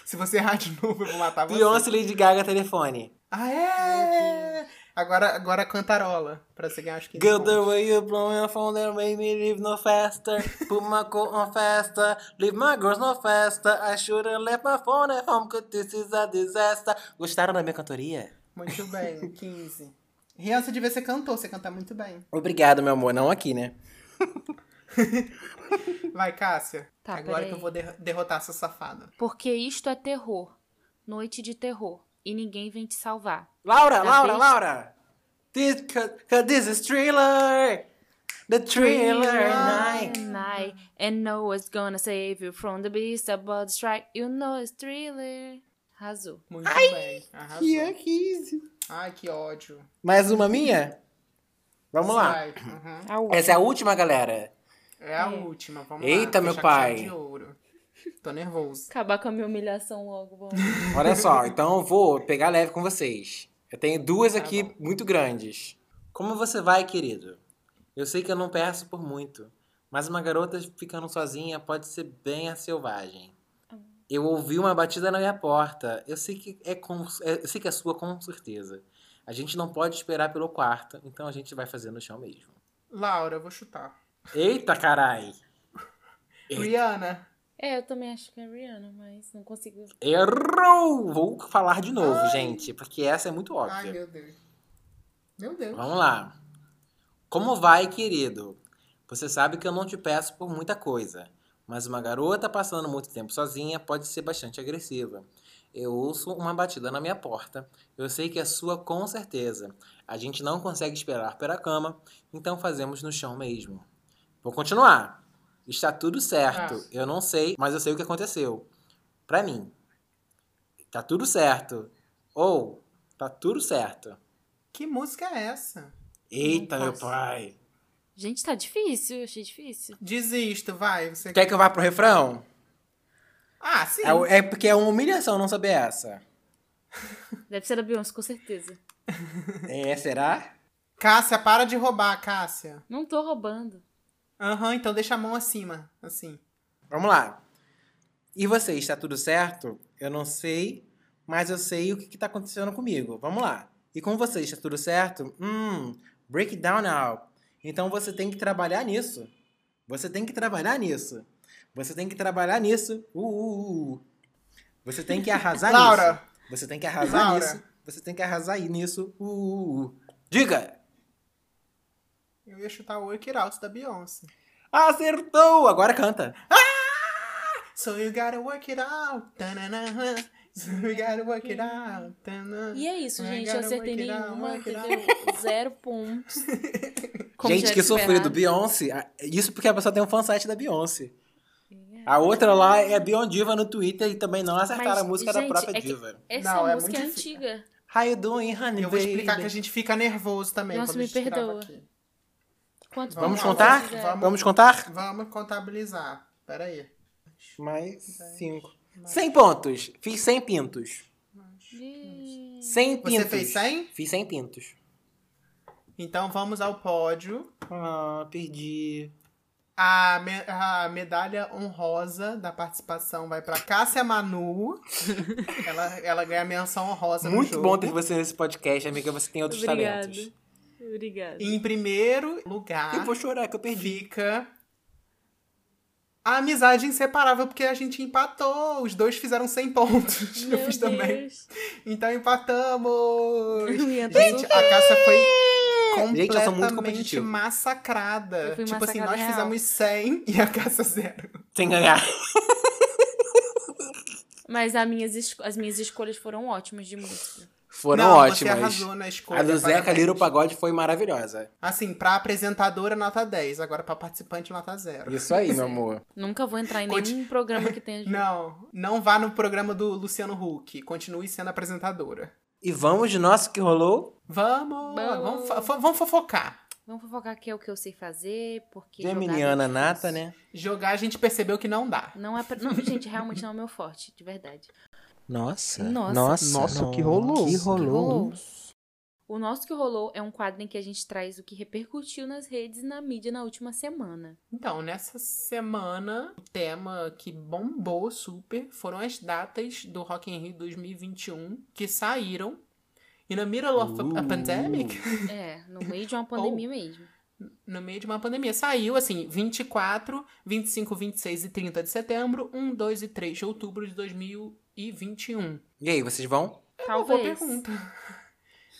Speaker 2: Se você errar de novo, eu vou matar você.
Speaker 1: Beyoncé Lady Gaga telefone.
Speaker 2: Ah, é! Agora, agora cantarola, pra você ganhar acho que...
Speaker 1: Girl, the way you blow your phone that made me live no faster. Put my coat on faster. Leave my girls no faster. I shouldn't left my phone at home cause this is a disaster. Gostaram da minha cantoria?
Speaker 2: Muito bem, 15. Rian, você devia ser cantor, você canta muito bem.
Speaker 1: Obrigado, meu amor. Não aqui, né?
Speaker 2: Vai, Cássia.
Speaker 3: Tá,
Speaker 2: agora
Speaker 3: peraí.
Speaker 2: que eu vou der- derrotar essa safada.
Speaker 3: Porque isto é terror. Noite de terror. E ninguém vem te salvar.
Speaker 1: Laura,
Speaker 3: Tá
Speaker 1: Laura,
Speaker 3: bem?
Speaker 1: Laura! This, cause, cause this is thriller! The thriller night!
Speaker 3: Night. And no one's gonna save you from the beast about the strike. You know it's thriller. Arrasou.
Speaker 2: Muito bem, arrasou.
Speaker 3: é
Speaker 2: Ai, que ódio.
Speaker 1: Mais uma minha? Vamos lá.
Speaker 2: Vai, uhum.
Speaker 3: A última.
Speaker 1: Essa é a última, galera.
Speaker 2: É a última, vamos lá.
Speaker 1: Eita, meu
Speaker 2: fechar com chave
Speaker 1: pai.
Speaker 2: de ouro. Tô nervoso.
Speaker 3: Acabar com a minha humilhação logo. Vamos.
Speaker 1: Olha só, então eu vou pegar leve com vocês. Eu tenho duas
Speaker 2: Tá
Speaker 1: aqui muito grandes. Como você vai, querido? Eu sei que eu não peço por muito, Mas uma garota ficando sozinha pode ser bem a selvagem. Eu ouvi uma batida na minha porta. Eu sei que é, com, é- eu sei que é sua com certeza. A gente não pode esperar pelo quarto, então a gente vai fazer no chão mesmo.
Speaker 2: Laura, eu vou chutar.
Speaker 1: Eita carai! Eita.
Speaker 2: Rihanna.
Speaker 3: É, eu também acho que é a Rihanna, mas não consigo.
Speaker 1: Errou! Vou falar de novo, gente, porque essa é muito
Speaker 2: Ai,
Speaker 1: óbvia.
Speaker 2: meu Deus. Meu Deus.
Speaker 1: Vamos lá. Como vai, querido? Você sabe que eu não te peço por muita coisa, mas uma garota passando muito tempo sozinha pode ser bastante agressiva. Eu ouço uma batida na minha porta. Eu sei que é sua com certeza. A gente não consegue esperar pela cama, então fazemos no chão mesmo. Vou continuar. Está tudo certo.
Speaker 2: Ah.
Speaker 1: Eu não sei, mas eu sei o que aconteceu. Pra mim. Tá tudo certo. Ou tá tudo certo.
Speaker 2: Que música é essa?
Speaker 1: Eita,
Speaker 3: Não
Speaker 1: meu
Speaker 3: faço.
Speaker 1: pai.
Speaker 3: Gente, tá difícil, achei difícil.
Speaker 2: Desisto, vai. Você...
Speaker 1: Quer que eu vá pro refrão?
Speaker 2: Ah, sim.
Speaker 1: É, o- é porque é uma humilhação não saber essa.
Speaker 3: Deve ser a Beyoncé, com certeza.
Speaker 1: É, será?
Speaker 2: Cássia, para de roubar, Cássia.
Speaker 3: Não tô roubando.
Speaker 2: Aham, então deixa a mão acima. Assim.
Speaker 1: Vamos lá. E você, está tudo certo? Eu não sei, mas eu sei o que, que tá acontecendo comigo. Vamos lá. E com você, está tudo certo? Hum, break it down now. Então você tem que trabalhar nisso. Você tem que trabalhar nisso. Você tem que trabalhar nisso. Uh, uh, uh, uh. Você tem que arrasar nisso.
Speaker 2: Laura,
Speaker 1: Você tem que arrasar
Speaker 2: Laura.
Speaker 1: nisso. Você tem que arrasar aí nisso. Uh, uh, uh. Diga!
Speaker 2: eu ia chutar o Work It Out da Beyoncé.
Speaker 1: Acertou! Agora canta.
Speaker 2: So you gotta work it out. tananana. So you gotta work it out. tanana.
Speaker 3: E é isso,
Speaker 2: Ai,
Speaker 3: gente. Eu
Speaker 2: cara,
Speaker 3: acertei
Speaker 2: vai tirar,
Speaker 3: nenhuma,
Speaker 2: vai tirar.
Speaker 3: entendeu? Zero pontos. Como já
Speaker 1: Gente,
Speaker 3: era
Speaker 2: é
Speaker 1: que sofrido.
Speaker 3: esperado.
Speaker 1: Beyoncé. ah, Isso porque a pessoa tem um fansite da Beyoncé.
Speaker 3: É.
Speaker 1: A outra lá é Beyond Diva no Twitter e também não acertaram
Speaker 3: Mas,
Speaker 1: a música da
Speaker 3: gente,
Speaker 1: própria
Speaker 3: é que-
Speaker 1: diva.
Speaker 3: Essa
Speaker 2: Não, é
Speaker 3: música é,
Speaker 2: muito difícil.
Speaker 3: antiga.
Speaker 1: How you doing, honey,
Speaker 2: Eu vou explicar
Speaker 1: baby?
Speaker 2: que a gente fica nervoso também
Speaker 3: Nossa,
Speaker 2: quando a
Speaker 3: me
Speaker 2: gente grava
Speaker 3: perdoa.
Speaker 2: aqui.
Speaker 3: Quanto
Speaker 1: Vamos
Speaker 2: Vamos
Speaker 1: contar?
Speaker 2: lá, vamos-
Speaker 1: Vamos,
Speaker 2: vamos.
Speaker 1: contar?
Speaker 2: Vamos contabilizar. Peraí.
Speaker 1: Mais cinco. 100 pontos. Fiz 100 pintos. 100
Speaker 2: Você
Speaker 1: pintos.
Speaker 2: fez 100?
Speaker 1: Fiz 100 pintos.
Speaker 2: Então vamos ao pódio.
Speaker 1: Ah, perdi.
Speaker 2: A, me- a medalha honrosa da participação vai pra Cássia Manu. ela, ela ganha a menção honrosa no
Speaker 1: Muito
Speaker 2: jogo.
Speaker 1: bom ter você nesse podcast, amiga. Você tem outros
Speaker 3: Obrigada.
Speaker 1: talentos.
Speaker 3: Obrigada.
Speaker 2: Em primeiro lugar
Speaker 1: Eu vou
Speaker 3: Ah.
Speaker 1: chorar que eu perdi.
Speaker 2: fica a amizade inseparável, porque a gente empatou. Os dois fizeram 100 pontos.
Speaker 3: Meu
Speaker 2: Eu fiz
Speaker 3: Deus.
Speaker 2: também. Então empatamos!
Speaker 3: Eu ia dar
Speaker 2: Gente, a Cássia foi
Speaker 1: Gente, eu sou muito
Speaker 2: completamente
Speaker 1: competitivo.
Speaker 2: massacrada.
Speaker 3: Eu fui
Speaker 2: Tipo assim,
Speaker 3: massacrada
Speaker 2: nós
Speaker 3: real.
Speaker 2: fizemos 100 e a Cássia zero.
Speaker 1: Sem ganhar.
Speaker 3: Mas as minhas, esco- as minhas escolhas foram ótimas de música.
Speaker 1: Foram
Speaker 2: Não, Você
Speaker 1: ótimas.
Speaker 2: arrasou na escolha.
Speaker 1: A
Speaker 3: É
Speaker 1: do Zeca
Speaker 2: parabéns.
Speaker 1: Lira o Pagode foi maravilhosa.
Speaker 2: Assim, pra apresentadora, nota 10. Agora pra participante, nota 0.
Speaker 1: Isso aí, meu amor.
Speaker 3: Nunca vou entrar em nenhum
Speaker 2: Conti-
Speaker 3: programa que tenha.
Speaker 2: Não, não vá no programa do Luciano Huck. Continue sendo apresentadora.
Speaker 1: E vamos de nosso que rolou?
Speaker 2: Vamos!
Speaker 3: Vamos.
Speaker 2: Vamos, fo- fo- vamos fofocar.
Speaker 3: Vamos fofocar que é o que eu sei fazer, porque. jogar
Speaker 1: Geminiana
Speaker 3: é
Speaker 1: nata,
Speaker 3: difícil.
Speaker 1: né?
Speaker 2: Jogar, a gente percebeu que não dá.
Speaker 3: Não é. pra- Não, gente, realmente não é o meu forte, de verdade.
Speaker 1: Nossa.
Speaker 3: Nossa.
Speaker 4: Nossa, o que rolou?
Speaker 1: Que
Speaker 3: O que
Speaker 1: rolou.
Speaker 3: rolou? O nosso que rolou é um quadro em que a gente traz o que repercutiu nas redes e na mídia na última semana.
Speaker 2: Então, nessa semana, o tema que bombou super foram as datas do Rock in Rio 2021 que saíram. E no middle of a- a
Speaker 1: Uh.
Speaker 2: pandemic,
Speaker 3: É, no meio de uma pandemia mesmo.
Speaker 2: no meio de uma pandemia, saiu assim, 24, 25, 26 e 30 de setembro, 1, 2 e 3 de outubro de 2021.
Speaker 1: E aí, vocês vão?
Speaker 2: É Uma boa
Speaker 3: Talvez.
Speaker 2: pergunta.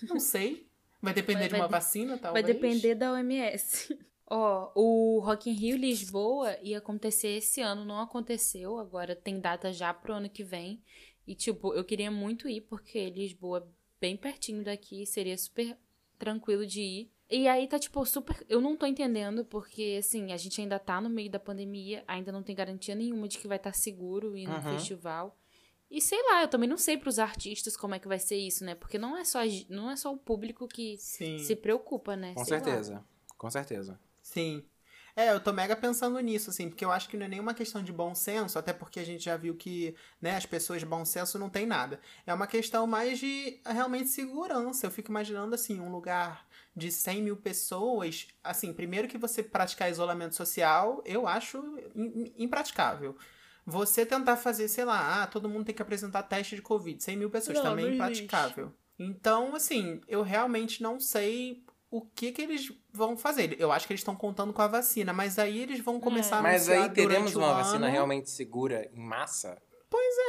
Speaker 2: Não sei. Vai depender
Speaker 3: Vai-
Speaker 2: de uma
Speaker 3: vai de-
Speaker 2: vacina,
Speaker 3: Vai
Speaker 2: talvez.
Speaker 3: depender da OMS. Ó, o Rock in Rio Lisboa ia acontecer esse ano, não aconteceu. Agora tem data já pro ano que vem. E, tipo, eu queria muito ir, porque Lisboa é bem pertinho daqui, seria super tranquilo de ir. E aí tá, tipo, super. Eu não tô entendendo, porque, assim, a gente ainda tá no meio da pandemia, ainda não tem garantia nenhuma de que vai estar seguro ir no
Speaker 1: Uhum.
Speaker 3: festival. E sei lá, eu também não sei pros artistas como é que vai ser isso, né? Porque não é só, a gen- não é só o público que
Speaker 2: Sim.
Speaker 3: se preocupa, né?
Speaker 1: Com
Speaker 3: Sei lá.
Speaker 1: certeza. Com certeza.
Speaker 2: Sim. É, eu tô mega pensando nisso, assim, porque eu acho que não é nenhuma questão de bom senso, até porque a gente já viu que, né, as pessoas de bom senso não tem ah, nada. É uma questão mais de realmente segurança. Eu fico imaginando, assim, um lugar de 100 mil pessoas, assim, primeiro que você praticar isolamento social, eu acho im- impraticável. Você tentar fazer, sei lá, ah, todo mundo tem que apresentar teste de Covid, 100 mil pessoas
Speaker 3: Não,
Speaker 2: também
Speaker 3: não
Speaker 2: é
Speaker 3: existe.
Speaker 2: impraticável. Então, assim, eu realmente não sei o que que eles vão fazer. Eu acho que eles estão contando com a vacina, mas aí eles
Speaker 3: É.
Speaker 2: vão começar a
Speaker 1: Mas
Speaker 2: anunciar
Speaker 1: aí teremos
Speaker 2: durante o
Speaker 1: uma
Speaker 2: ano.
Speaker 1: vacina realmente segura em massa?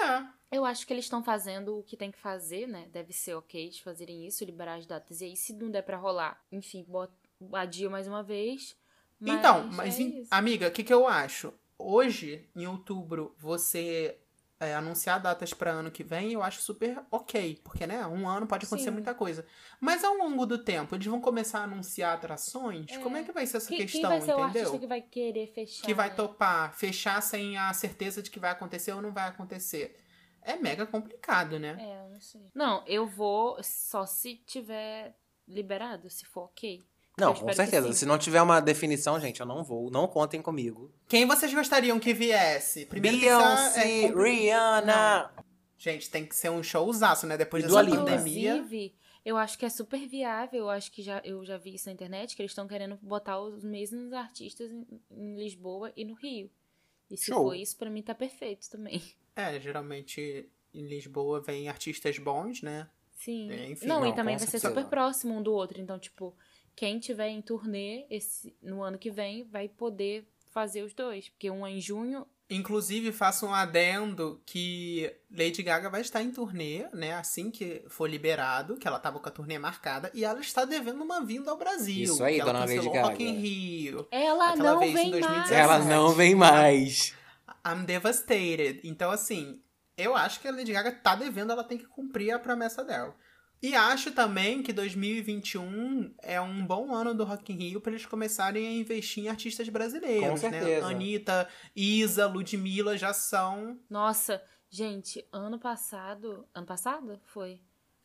Speaker 2: É.
Speaker 3: Eu acho que eles estão fazendo o que tem que fazer, né? Deve ser ok de fazerem isso, liberar as datas. E aí, se não der pra rolar, enfim, bota, adia mais uma vez. Mas
Speaker 2: então, mas
Speaker 3: é
Speaker 2: em-
Speaker 3: isso.
Speaker 2: amiga, o que, que eu acho? Hoje, em outubro, você é, anunciar datas pra ano que vem, eu acho super ok. Porque, né, um ano pode acontecer
Speaker 3: Sim.
Speaker 2: muita coisa. Mas ao longo do tempo, eles vão começar a anunciar atrações?
Speaker 3: É.
Speaker 2: Como é que vai ser essa
Speaker 3: Quem, quem
Speaker 2: questão,
Speaker 3: vai ser o artista
Speaker 2: entendeu?
Speaker 3: que vai querer fechar?
Speaker 2: que vai
Speaker 3: né?
Speaker 2: topar, fechar sem a certeza de que vai acontecer ou não vai acontecer. É mega complicado, né?
Speaker 3: É, eu não sei. Não, eu vou só se tiver liberado, se for ok.
Speaker 1: Não,
Speaker 3: Eu
Speaker 1: com
Speaker 3: espero que
Speaker 1: certeza.
Speaker 3: sim.
Speaker 1: Se não tiver uma definição, gente, eu não vou. Não contem comigo.
Speaker 2: Quem vocês gostariam que viesse? Primeiro tem que ser-
Speaker 1: Beyoncé,
Speaker 2: é compli-
Speaker 1: Rihanna.
Speaker 2: Gente, tem que ser um showzaço, né? Depois
Speaker 1: E
Speaker 2: dessa
Speaker 1: Dua Lipa.
Speaker 2: pandemia.
Speaker 3: Inclusive, eu acho que é super viável. Eu acho que já, eu já vi isso na internet, que eles estão querendo botar os mesmos artistas em, em Lisboa e no Rio. E se
Speaker 1: Show.
Speaker 3: for isso, pra mim tá perfeito também.
Speaker 2: É, geralmente em Lisboa vem artistas bons, né?
Speaker 3: Sim.
Speaker 2: É, enfim,
Speaker 3: não,
Speaker 1: não,
Speaker 3: e também
Speaker 1: com
Speaker 3: vai ser
Speaker 1: certeza.
Speaker 3: super próximo um do outro. Então, tipo, quem tiver em turnê esse, no ano que vem vai poder fazer os dois. Porque um é em junho.
Speaker 2: Inclusive, faço um adendo que Lady Gaga vai estar em turnê, né? Assim que for liberado, que ela tava com a turnê marcada, e ela está devendo uma vinda ao Brasil.
Speaker 1: Isso aí,
Speaker 2: que ela
Speaker 1: dona Lady
Speaker 2: cancelou
Speaker 1: Gaga.
Speaker 2: Rock in Rio.
Speaker 3: Ela
Speaker 2: Aquela
Speaker 3: não é
Speaker 2: vez em
Speaker 3: vem mais.
Speaker 2: 2017.
Speaker 1: Ela não vem mais.
Speaker 2: I'm devastated. Então, assim, eu acho que a Lady Gaga tá devendo, ela tem que cumprir a promessa dela. E acho também que 2021 é um bom ano do Rock in Rio pra eles começarem a investir em artistas brasileiros,
Speaker 1: Com certeza.
Speaker 2: né? Anitta, Isa, Ludmilla já são.
Speaker 3: Nossa, gente, ano passado. Ano passado? Foi.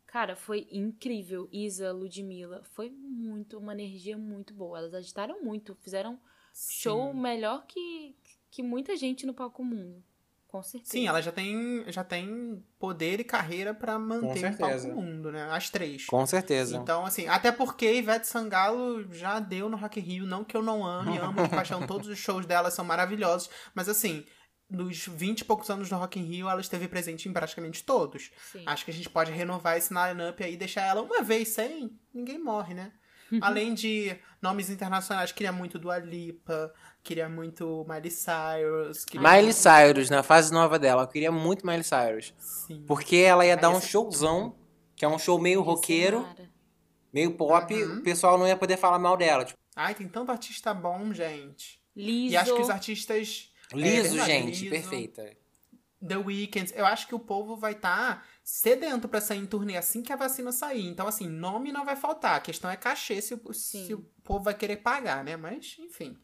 Speaker 3: Cara, foi incrível. Isa, Ludmilla. Foi muito, uma energia muito boa. Elas agitaram muito, fizeram show
Speaker 2: Sim.
Speaker 3: melhor que, que muita gente no palco mundo. Com certeza.
Speaker 2: Sim, ela já tem, já tem poder e carreira pra manter o palco
Speaker 1: certeza.
Speaker 2: no mundo, né? As três.
Speaker 1: Com certeza.
Speaker 2: Então, assim, até porque Ivete Sangalo já deu no Rock in Rio, não que eu não ame, amo de paixão, todos os shows dela são maravilhosos, mas assim, nos 20 e poucos anos do Rock in Rio, ela esteve presente em praticamente todos.
Speaker 3: Sim.
Speaker 2: Acho que a gente pode renovar esse line-up aí, deixar ela uma vez sem, ninguém morre, né? Além de nomes internacionais, queria muito Dua Lipa, queria muito Miley Cyrus, queria
Speaker 1: Miley
Speaker 2: muito-
Speaker 1: Cyrus, na fase nova dela, eu queria muito Miley Cyrus.
Speaker 2: Sim.
Speaker 1: Porque ela ia
Speaker 2: Aí
Speaker 1: dar um
Speaker 2: essa-
Speaker 1: showzão, que é um show meio
Speaker 3: Ia ser
Speaker 1: roqueiro,
Speaker 3: mara.
Speaker 1: meio pop,
Speaker 2: Uhum.
Speaker 1: o pessoal não ia poder falar mal dela. Tipo,
Speaker 2: Ai, tem tanto artista bom, gente.
Speaker 3: Liso.
Speaker 2: E acho que os artistas
Speaker 1: liso,
Speaker 2: É verdade,
Speaker 1: gente,
Speaker 2: liso.
Speaker 1: perfeita.
Speaker 2: The Weeknd. Eu acho que o povo vai estar sedento pra sair em turnê assim que a vacina sair. Então, assim, nome não vai faltar. A questão é cachê se, o-
Speaker 3: Sim.
Speaker 2: se o povo vai querer pagar, né? Mas, enfim.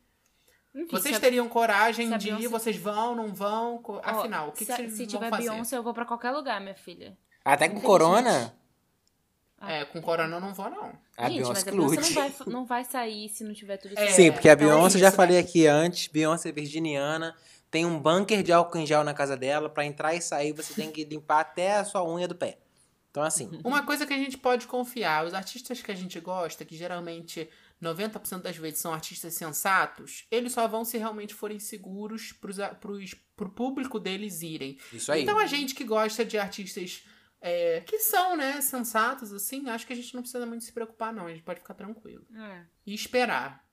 Speaker 3: Enfim,
Speaker 2: vocês
Speaker 3: se a-
Speaker 2: teriam
Speaker 3: se
Speaker 2: coragem
Speaker 3: a
Speaker 2: de ir?
Speaker 3: Beyoncé-
Speaker 2: Vocês vão, não vão? Co-
Speaker 3: ó,
Speaker 2: Afinal, o que,
Speaker 3: se,
Speaker 2: que vocês
Speaker 3: se
Speaker 2: vão
Speaker 3: tiver
Speaker 2: fazer?
Speaker 3: Beyoncé, eu vou pra qualquer lugar, minha filha.
Speaker 1: Até com
Speaker 3: Infelizmente.
Speaker 1: corona,
Speaker 3: Ah,
Speaker 2: É, com corona eu não vou, não.
Speaker 1: a
Speaker 3: Gente,
Speaker 1: Beyoncé
Speaker 3: mas a
Speaker 1: que
Speaker 3: Beyoncé
Speaker 1: lute.
Speaker 3: não vai, não vai sair se não tiver tudo
Speaker 2: É,
Speaker 3: certo. assim,
Speaker 1: Sim, porque a
Speaker 2: então é
Speaker 1: Beyoncé,
Speaker 2: isso,
Speaker 1: já
Speaker 2: né?
Speaker 1: falei aqui antes, Beyoncé é virginiana, tem um bunker de álcool em gel na casa dela, pra entrar e sair você tem que limpar até a sua unha do pé. Então assim,
Speaker 2: Uma coisa que a gente pode confiar, os artistas que a gente gosta, que geralmente 90% das vezes são artistas sensatos, eles só vão se realmente forem seguros pros, a- pros, pro público deles irem.
Speaker 1: isso aí.
Speaker 2: Então a gente que gosta de artistas é, que são, né, sensatos, assim, acho que a gente não precisa muito se preocupar, não. A gente pode ficar tranquilo.
Speaker 3: É.
Speaker 2: E esperar.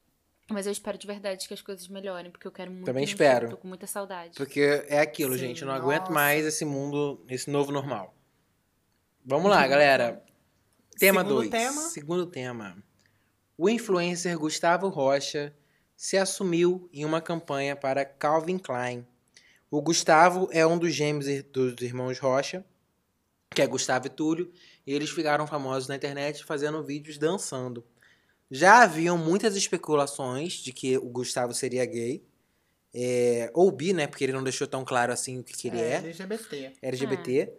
Speaker 3: Mas eu espero de verdade que as coisas melhorem, porque eu quero muito.
Speaker 1: Também
Speaker 3: ir no show,
Speaker 1: espero.
Speaker 3: Tô com muita saudade.
Speaker 1: Porque é aquilo,
Speaker 2: Sim,
Speaker 1: gente. Eu não
Speaker 2: nossa.
Speaker 1: aguento mais esse mundo, esse novo normal. Vamos lá, galera. Tema
Speaker 2: Uhum. Segundo
Speaker 1: 2.
Speaker 2: tema.
Speaker 1: Segundo tema. O influencer Gustavo Rocha se assumiu em uma campanha para Calvin Klein. O Gustavo é um dos gêmeos ir- dos irmãos Rocha, que é Gustavo e Túlio, e eles ficaram famosos na internet fazendo vídeos dançando. Já haviam muitas especulações de que o Gustavo seria gay, é, ou bi, né? Porque ele não deixou tão claro assim o que, que ele é.
Speaker 2: LGBT.
Speaker 1: LGBT.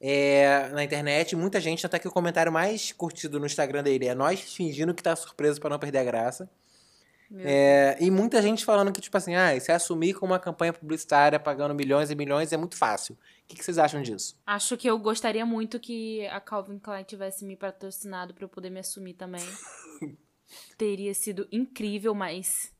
Speaker 1: É, na internet, muita gente, até que o comentário mais curtido no Instagram dele é nós fingindo que tá surpreso pra não perder a graça.
Speaker 3: Meu
Speaker 1: É, e muita gente falando que, tipo assim, ah, se assumir com uma campanha publicitária pagando milhões e milhões é muito fácil. O que, que vocês acham disso?
Speaker 3: Acho que eu gostaria muito que a Calvin Klein tivesse me patrocinado pra eu poder me assumir também. Teria sido incrível, mas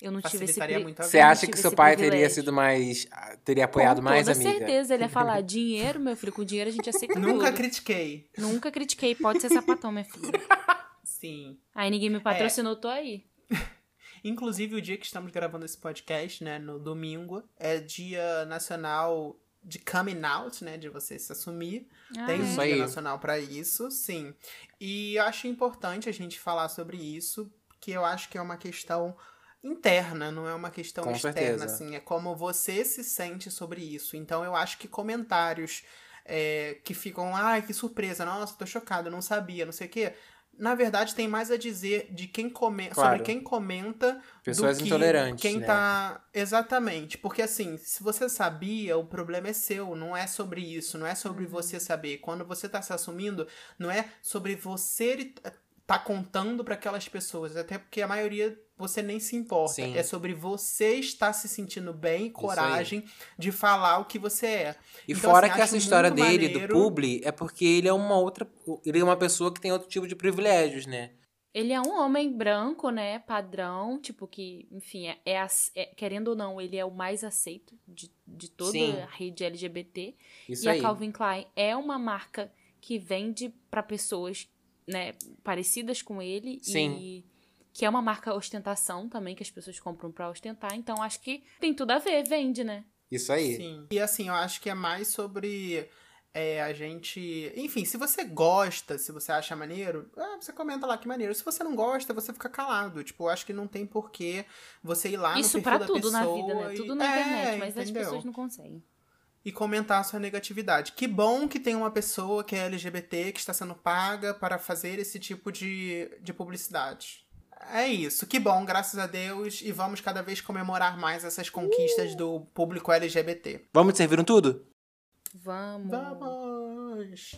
Speaker 3: eu não tive esse
Speaker 2: Facilitaria
Speaker 3: pri-
Speaker 2: muito a
Speaker 1: Você
Speaker 2: vida.
Speaker 3: acha
Speaker 1: acha
Speaker 3: que
Speaker 1: que
Speaker 3: tive
Speaker 1: seu
Speaker 3: esse
Speaker 1: pai teria
Speaker 3: privilégio.
Speaker 1: sido mais. ah, teria apoiado
Speaker 3: Com
Speaker 1: mais,
Speaker 3: toda
Speaker 1: amiga?
Speaker 3: certeza, ele ia falar, dinheiro, meu filho, com dinheiro a gente aceita
Speaker 2: Nunca
Speaker 3: tudo.
Speaker 2: critiquei.
Speaker 3: Nunca critiquei, pode ser sapatão, minha filha.
Speaker 2: Sim.
Speaker 3: Aí ninguém
Speaker 2: É.
Speaker 3: me patrocinou, tô aí.
Speaker 2: Inclusive, o dia que estamos gravando esse podcast, né, no domingo, é dia nacional de coming out, né, de você se assumir.
Speaker 3: Ah,
Speaker 2: Tem
Speaker 3: é.
Speaker 1: Isso
Speaker 2: um dia
Speaker 1: aí.
Speaker 2: nacional pra isso, sim. E eu acho importante a gente falar sobre isso, porque eu acho que é uma questão interna, não é uma questão
Speaker 1: Com
Speaker 2: externa,
Speaker 1: certeza.
Speaker 2: assim. É como você se sente sobre isso. Então eu acho que comentários é, que ficam, ai, que surpresa, nossa, tô chocado, não sabia, não sei o quê. Na verdade, tem mais a dizer de quem come...
Speaker 1: Claro.
Speaker 2: sobre quem comenta
Speaker 1: Pessoas
Speaker 2: do que
Speaker 1: intolerantes.
Speaker 2: Quem
Speaker 1: né?
Speaker 2: tá. Exatamente. Porque assim, se você sabia, o problema é seu. Não é sobre isso. Não é sobre você saber. Quando você tá se assumindo, não é sobre você e- tá contando pra aquelas pessoas. Até porque a maioria você nem se importa.
Speaker 1: Sim.
Speaker 2: É sobre você estar se sentindo bem, coragem de falar o que você é.
Speaker 1: E
Speaker 2: Então,
Speaker 1: fora
Speaker 2: assim,
Speaker 1: que
Speaker 2: acho
Speaker 1: essa história
Speaker 2: muito
Speaker 1: dele,
Speaker 2: maneiro.
Speaker 1: do publi, é porque ele é uma outra. Ele é uma pessoa que tem outro tipo de privilégios, né?
Speaker 3: Ele é um homem branco, né? Padrão, tipo que, enfim, é, é ac- é- querendo ou não, ele é o mais aceito de, de toda
Speaker 1: Sim.
Speaker 3: a rede LGBT.
Speaker 1: Isso
Speaker 3: e
Speaker 1: aí.
Speaker 3: a Calvin Klein é uma marca que vende pra pessoas, né, parecidas com ele
Speaker 1: Sim.
Speaker 3: e que é uma marca ostentação também que as pessoas compram pra ostentar. Então acho que tem tudo a ver, vende, né?
Speaker 1: Isso aí.
Speaker 2: Sim. E assim, eu acho que é mais sobre é, a gente. Enfim, se você gosta, se você acha maneiro, ah, você comenta lá que maneiro. Se você não gosta, você fica calado. Tipo, eu acho que não tem porquê você ir lá
Speaker 3: Isso
Speaker 2: Ah, no
Speaker 3: pra
Speaker 2: perfil da
Speaker 3: tudo na
Speaker 2: pessoa
Speaker 3: vida, né?
Speaker 2: e-
Speaker 3: Tudo na
Speaker 2: É,
Speaker 3: internet, mas as
Speaker 2: entendeu?
Speaker 3: pessoas não conseguem.
Speaker 2: E comentar a sua negatividade. Que bom que tem uma pessoa que é LGBT que está sendo paga para fazer esse tipo de, de publicidade. É isso, que bom, graças a Deus. E vamos cada vez comemorar mais essas
Speaker 3: Uh!
Speaker 2: conquistas do público LGBT.
Speaker 1: Vamos servir um tudo?
Speaker 3: Vamos.
Speaker 2: Vamos!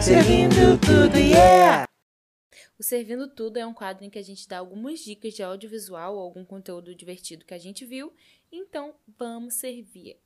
Speaker 1: Servindo tudo, yeah!
Speaker 3: O Servindo Tudo é um quadro em que a gente dá algumas dicas de audiovisual ou algum conteúdo divertido que a gente viu. Então, vamos servir.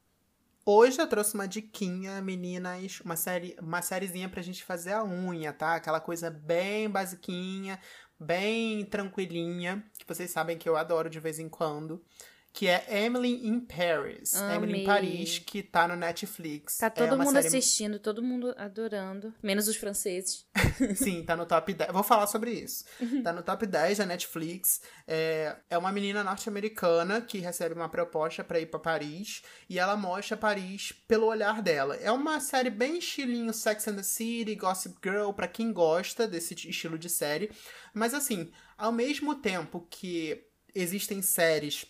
Speaker 2: Hoje eu trouxe uma diquinha, meninas, uma série, uma sériezinha pra gente fazer a unha, tá? Aquela coisa bem basiquinha, bem tranquilinha, que vocês sabem que eu adoro de vez em quando, que é Emily in Paris. Emily
Speaker 3: Amei.
Speaker 2: in Paris, que tá no Netflix.
Speaker 3: Tá
Speaker 2: É
Speaker 3: todo
Speaker 2: uma
Speaker 3: mundo
Speaker 2: série-
Speaker 3: assistindo, todo mundo adorando, menos os franceses.
Speaker 2: Sim, tá no top 10. Vou falar sobre isso. Tá no top 10 da Netflix. É, é uma menina norte-americana que recebe uma proposta pra ir pra Paris e ela mostra Paris pelo olhar dela. É uma série bem estilinho Sex and the City, Gossip Girl, pra quem gosta desse t- estilo de série. Mas assim, ao mesmo tempo que existem séries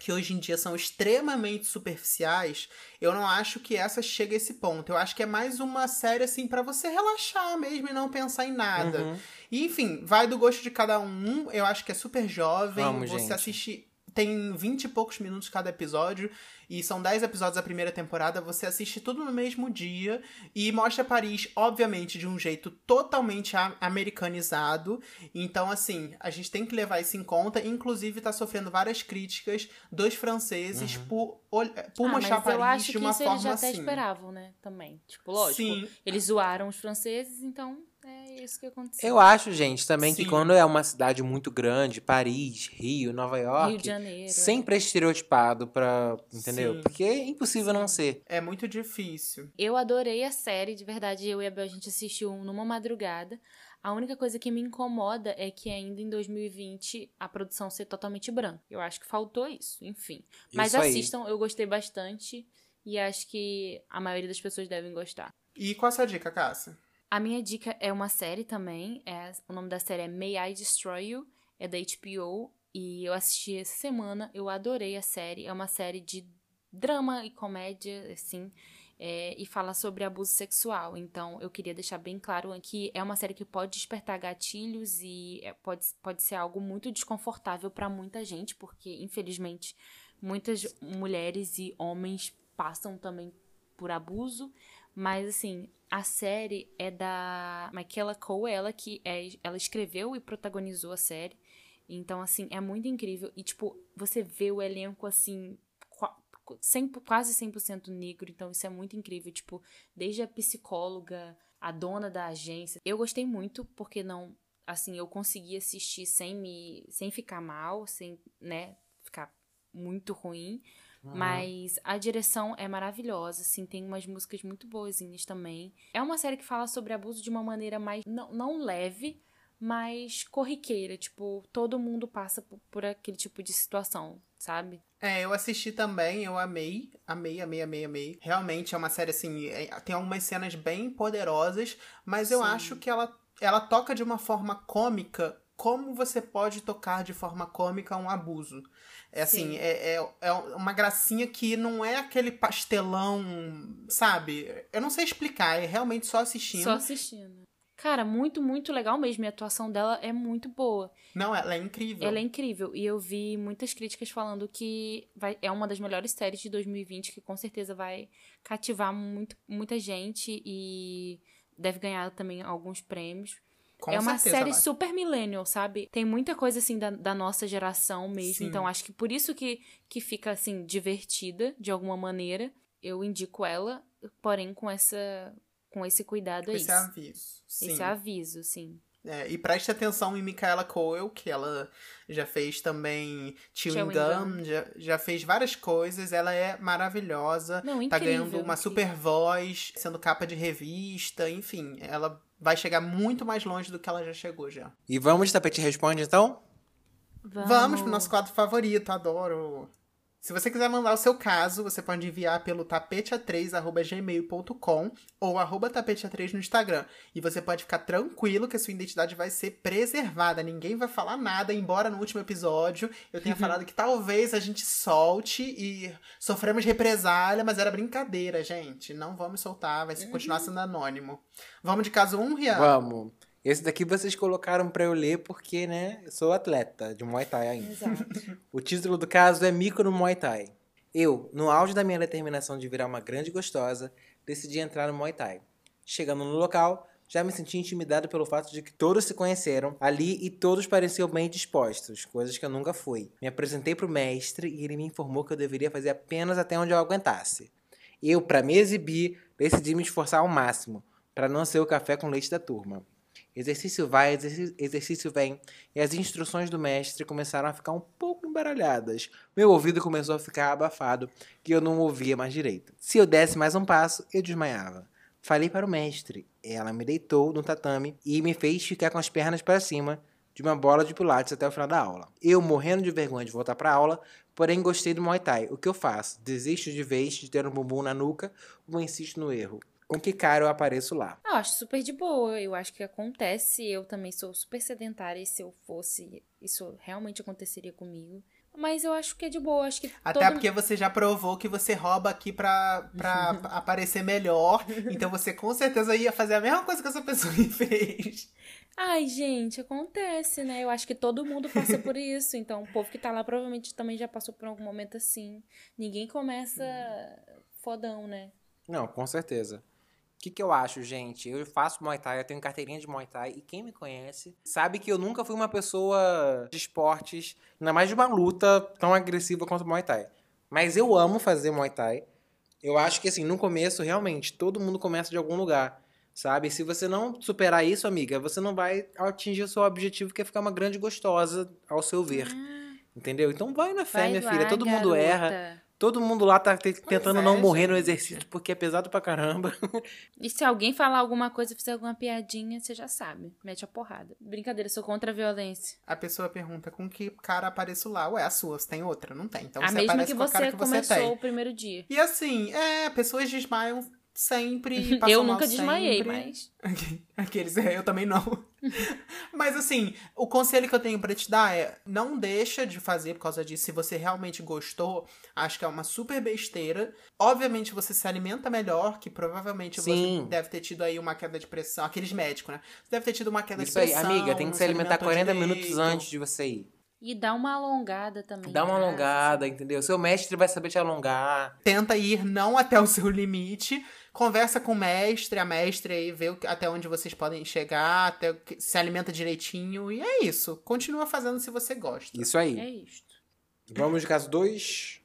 Speaker 2: que hoje em dia são extremamente superficiais, eu não acho que essa chega a esse ponto. Eu acho que é mais uma série assim pra você relaxar mesmo e não pensar em nada.
Speaker 1: Uhum.
Speaker 2: E, enfim, vai do gosto de cada um. Eu acho que é super jovem.
Speaker 1: Vamos,
Speaker 2: você
Speaker 1: gente.
Speaker 2: assiste. Tem 20 e poucos minutos cada episódio. E são 10 episódios da primeira temporada. Você assiste tudo no mesmo dia. E mostra Paris, obviamente, de um jeito totalmente a- americanizado. Então, assim, a gente tem que levar isso em conta. Inclusive, tá sofrendo várias críticas dos franceses por, ol- por
Speaker 3: ah,
Speaker 2: mostrar
Speaker 3: mas eu
Speaker 2: Paris
Speaker 3: acho
Speaker 2: de
Speaker 3: que
Speaker 2: uma
Speaker 3: isso eles
Speaker 2: forma
Speaker 3: já até
Speaker 2: assim.
Speaker 3: esperavam, né? Também. Tipo, lógico.
Speaker 2: Sim,
Speaker 3: Eles zoaram os franceses, então é isso que aconteceu.
Speaker 1: Eu acho, gente, também
Speaker 2: Sim.
Speaker 1: que quando é uma cidade muito grande, Paris, Rio, Nova York,
Speaker 3: Rio de Janeiro.
Speaker 1: sempre é estereotipado pra. Entendeu?
Speaker 2: Sim.
Speaker 1: Porque é impossível não ser.
Speaker 2: é muito difícil.
Speaker 3: Eu adorei a série, de verdade. Eu e a Bel, a gente assistiu um numa madrugada. A única coisa que me incomoda é que ainda em 2020 a produção ser totalmente branca. Eu acho que faltou isso, enfim. Mas
Speaker 1: Isso aí.
Speaker 3: assistam, eu gostei bastante e acho que a maioria das pessoas devem gostar.
Speaker 2: E qual a sua dica, Cássia?
Speaker 3: A minha dica é uma série também. é- o nome da série é May I Destroy You. É da HBO. E eu assisti essa semana. Eu adorei a série. É uma série de drama e comédia, assim. é, e fala sobre abuso sexual. Então, eu queria deixar bem claro que é uma série que pode despertar gatilhos e é, pode, pode ser algo muito desconfortável pra muita gente, porque, infelizmente, muitas mulheres e homens passam também por abuso. Mas, assim, a série é da Michaela Cole, ela que é, ela escreveu e protagonizou a série. Então, assim, é muito incrível. E, tipo, você vê o elenco, assim, qua- 100, quase 100% negro, então isso é muito incrível. Tipo, desde a psicóloga, a dona da agência. Eu gostei muito, porque não. Assim, eu consegui assistir sem me. sem ficar mal, sem, né? Ficar muito ruim.
Speaker 1: Uhum.
Speaker 3: Mas a direção é maravilhosa, assim, tem umas músicas muito boazinhas também. É uma série que fala sobre abuso de uma maneira mais. não, não leve, mas corriqueira. Tipo, todo mundo passa por, por aquele tipo de situação, sabe?
Speaker 2: É, eu assisti também, eu amei, amei, amei, amei, amei. Realmente é uma série assim, é- tem algumas cenas bem poderosas, mas eu
Speaker 3: Sim.
Speaker 2: acho que ela, ela toca de uma forma cômica. Como você pode tocar de forma cômica um abuso? É assim,
Speaker 3: Sim.
Speaker 2: é, é, é uma gracinha que não é aquele pastelão, sabe? Eu não sei explicar, é realmente só assistindo.
Speaker 3: Só assistindo. Cara, muito, muito legal mesmo. E a atuação dela é muito boa.
Speaker 2: Não, ela é incrível.
Speaker 3: Ela é incrível. E eu vi muitas críticas falando que vai- é uma das melhores séries de 2020, que com certeza vai cativar muito, muita gente e deve ganhar também alguns prêmios.
Speaker 2: Com
Speaker 3: é uma
Speaker 2: certeza,
Speaker 3: série
Speaker 2: Nath.
Speaker 3: super millennial, sabe? Tem muita coisa assim da, da nossa geração mesmo.
Speaker 2: Sim.
Speaker 3: Então acho que por isso que, que fica assim divertida de alguma maneira. Eu indico ela, porém com essa com esse cuidado aí.
Speaker 2: Esse aviso. Sim.
Speaker 3: Esse aviso, sim.
Speaker 2: É, e preste atenção em Michaela Coel, que ela já fez também Chewing
Speaker 3: Chewing
Speaker 2: Gum, já, já fez várias coisas. Ela é maravilhosa,
Speaker 3: Não, incrível.
Speaker 2: tá ganhando uma
Speaker 3: incrível.
Speaker 2: super voz, sendo capa de revista, enfim. Ela vai chegar muito mais longe do que ela já chegou já.
Speaker 1: E vamos de tapete responde então?
Speaker 3: Vamos,
Speaker 2: Vamos pro nosso quadro favorito, adoro. Se você quiser mandar o seu caso, você pode enviar pelo tapetea3@gmail.com ou arroba tapetea3 no Instagram. E você pode ficar tranquilo que a sua identidade vai ser preservada. Ninguém vai falar nada, embora no último episódio eu tenha falado que talvez a gente solte e sofremos represália, mas era brincadeira, gente. Não vamos soltar, vai se- continuar sendo anônimo. Vamos de caso 1, um, Rian?
Speaker 1: Vamos. Esse daqui vocês colocaram pra eu ler porque, né, eu sou atleta de Muay Thai ainda.
Speaker 3: Exato.
Speaker 1: O título do caso é Mico no Muay Thai. Eu, no auge da minha determinação de virar uma grande gostosa, decidi entrar no Muay Thai. Chegando no local, já me senti intimidado pelo fato de que todos se conheceram ali e todos pareciam bem dispostos, coisas que eu nunca fui. Me apresentei pro mestre e ele me informou que eu deveria fazer apenas até onde eu aguentasse. Eu, pra me exibir, decidi me esforçar ao máximo, pra não ser o café com leite da turma. Exercício vai, exerci- exercício vem, e as instruções do mestre começaram a ficar um pouco embaralhadas. Meu ouvido começou a ficar abafado e eu não ouvia mais direito. Se eu desse mais um passo, eu desmaiava. Falei para o mestre. Ela me deitou no tatame e me fez ficar com as pernas para cima de uma bola de pilates até o final da aula. Eu, morrendo de vergonha de voltar para aula, porém gostei do Muay Thai. O que eu faço? Desisto de vez de ter um bumbum na nuca ou insisto no erro? Com que cara eu apareço lá?
Speaker 3: Eu acho super de boa, eu acho que acontece. Eu também sou super sedentária e se eu fosse, isso realmente aconteceria comigo. Mas eu acho que é de boa, acho que
Speaker 2: Até
Speaker 3: todo
Speaker 2: porque você já provou que você rouba aqui pra, pra aparecer melhor. Então você com certeza ia fazer a mesma coisa que essa pessoa que fez.
Speaker 3: Ai, gente, acontece, né? Eu acho que todo mundo passa por isso. Então, o povo que tá lá provavelmente também já passou por algum momento assim. Ninguém começa fodão, né?
Speaker 1: Não, com certeza. O que, que eu acho, gente? Eu faço Muay Thai, eu tenho carteirinha de Muay Thai, e quem me conhece sabe que eu nunca fui uma pessoa de esportes, ainda mais de uma luta tão agressiva quanto Muay Thai. Mas eu amo fazer Muay Thai. Eu acho que, assim, no começo, realmente, todo mundo começa de algum lugar, sabe? Se você não superar isso, amiga, você não vai atingir o seu objetivo, que é ficar uma grande gostosa ao seu ver. Entendeu? Então vai na fé,
Speaker 3: Ah. Vai
Speaker 1: minha
Speaker 3: lá,
Speaker 1: filha. Todo mundo
Speaker 3: garota.
Speaker 1: erra. Todo mundo lá tá te- tentando
Speaker 2: é,
Speaker 1: não morrer no
Speaker 2: gente.
Speaker 1: exercício porque é pesado pra caramba.
Speaker 3: E se alguém falar alguma coisa, fizer alguma piadinha, você já sabe. Mete a porrada. Brincadeira, eu sou contra a violência.
Speaker 2: A pessoa pergunta com que cara apareço lá. Ué, a sua, você tem outra? Não tem. Então
Speaker 3: a
Speaker 2: você
Speaker 3: mesma
Speaker 2: aparece
Speaker 3: que
Speaker 2: com a cara
Speaker 3: você
Speaker 2: que você
Speaker 3: começou
Speaker 2: tem.
Speaker 3: o primeiro dia.
Speaker 2: E assim, é, pessoas desmaiam sempre. passam
Speaker 3: Eu
Speaker 2: mal
Speaker 3: nunca desmaiei,
Speaker 2: sempre.
Speaker 3: mas.
Speaker 2: Aqueles, é, eu também não. Mas assim, o conselho que eu tenho pra te dar é não deixa de fazer por causa disso. Se você realmente gostou, acho que é uma super besteira. Obviamente você se alimenta melhor, que provavelmente
Speaker 1: Sim.
Speaker 2: você deve ter tido aí uma queda de pressão. Aqueles médicos, né? Você deve ter tido uma queda de
Speaker 1: Isso aí,
Speaker 2: pressão.
Speaker 1: amiga, tem que
Speaker 2: não
Speaker 1: se alimentar
Speaker 2: alimentou
Speaker 1: 40
Speaker 2: direito.
Speaker 1: minutos antes de você ir.
Speaker 3: E dá uma alongada também. né?
Speaker 1: Dá uma
Speaker 3: cara.
Speaker 1: alongada, entendeu? Seu mestre vai saber te alongar.
Speaker 2: Tenta ir não até o seu limite. Conversa com o mestre, a mestre aí, vê o que- até onde vocês podem chegar, até o que- se alimenta direitinho. E é isso. Continua fazendo se você gosta.
Speaker 1: Isso aí.
Speaker 3: É isto.
Speaker 1: Vamos de caso 2.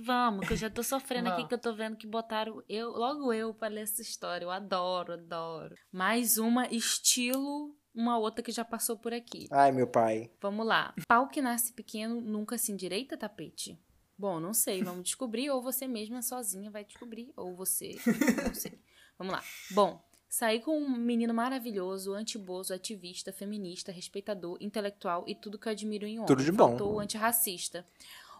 Speaker 3: Vamos, que eu já tô sofrendo aqui,
Speaker 2: Vamos.
Speaker 3: que eu tô vendo que botaram eu, logo eu pra ler essa história. Eu adoro, adoro. Mais uma, estilo uma outra que já passou por aqui.
Speaker 1: Ai, meu pai.
Speaker 3: Vamos lá. Pau que nasce pequeno nunca se endireita, tapete? Bom, não sei, vamos descobrir, ou você mesma sozinha vai descobrir, ou você. Não sei. Vamos lá. Bom, saí com um menino maravilhoso, antibozo, ativista, feminista, respeitador, intelectual e tudo que eu admiro em homem.
Speaker 1: Tudo de bom.
Speaker 3: Faltou o antirracista.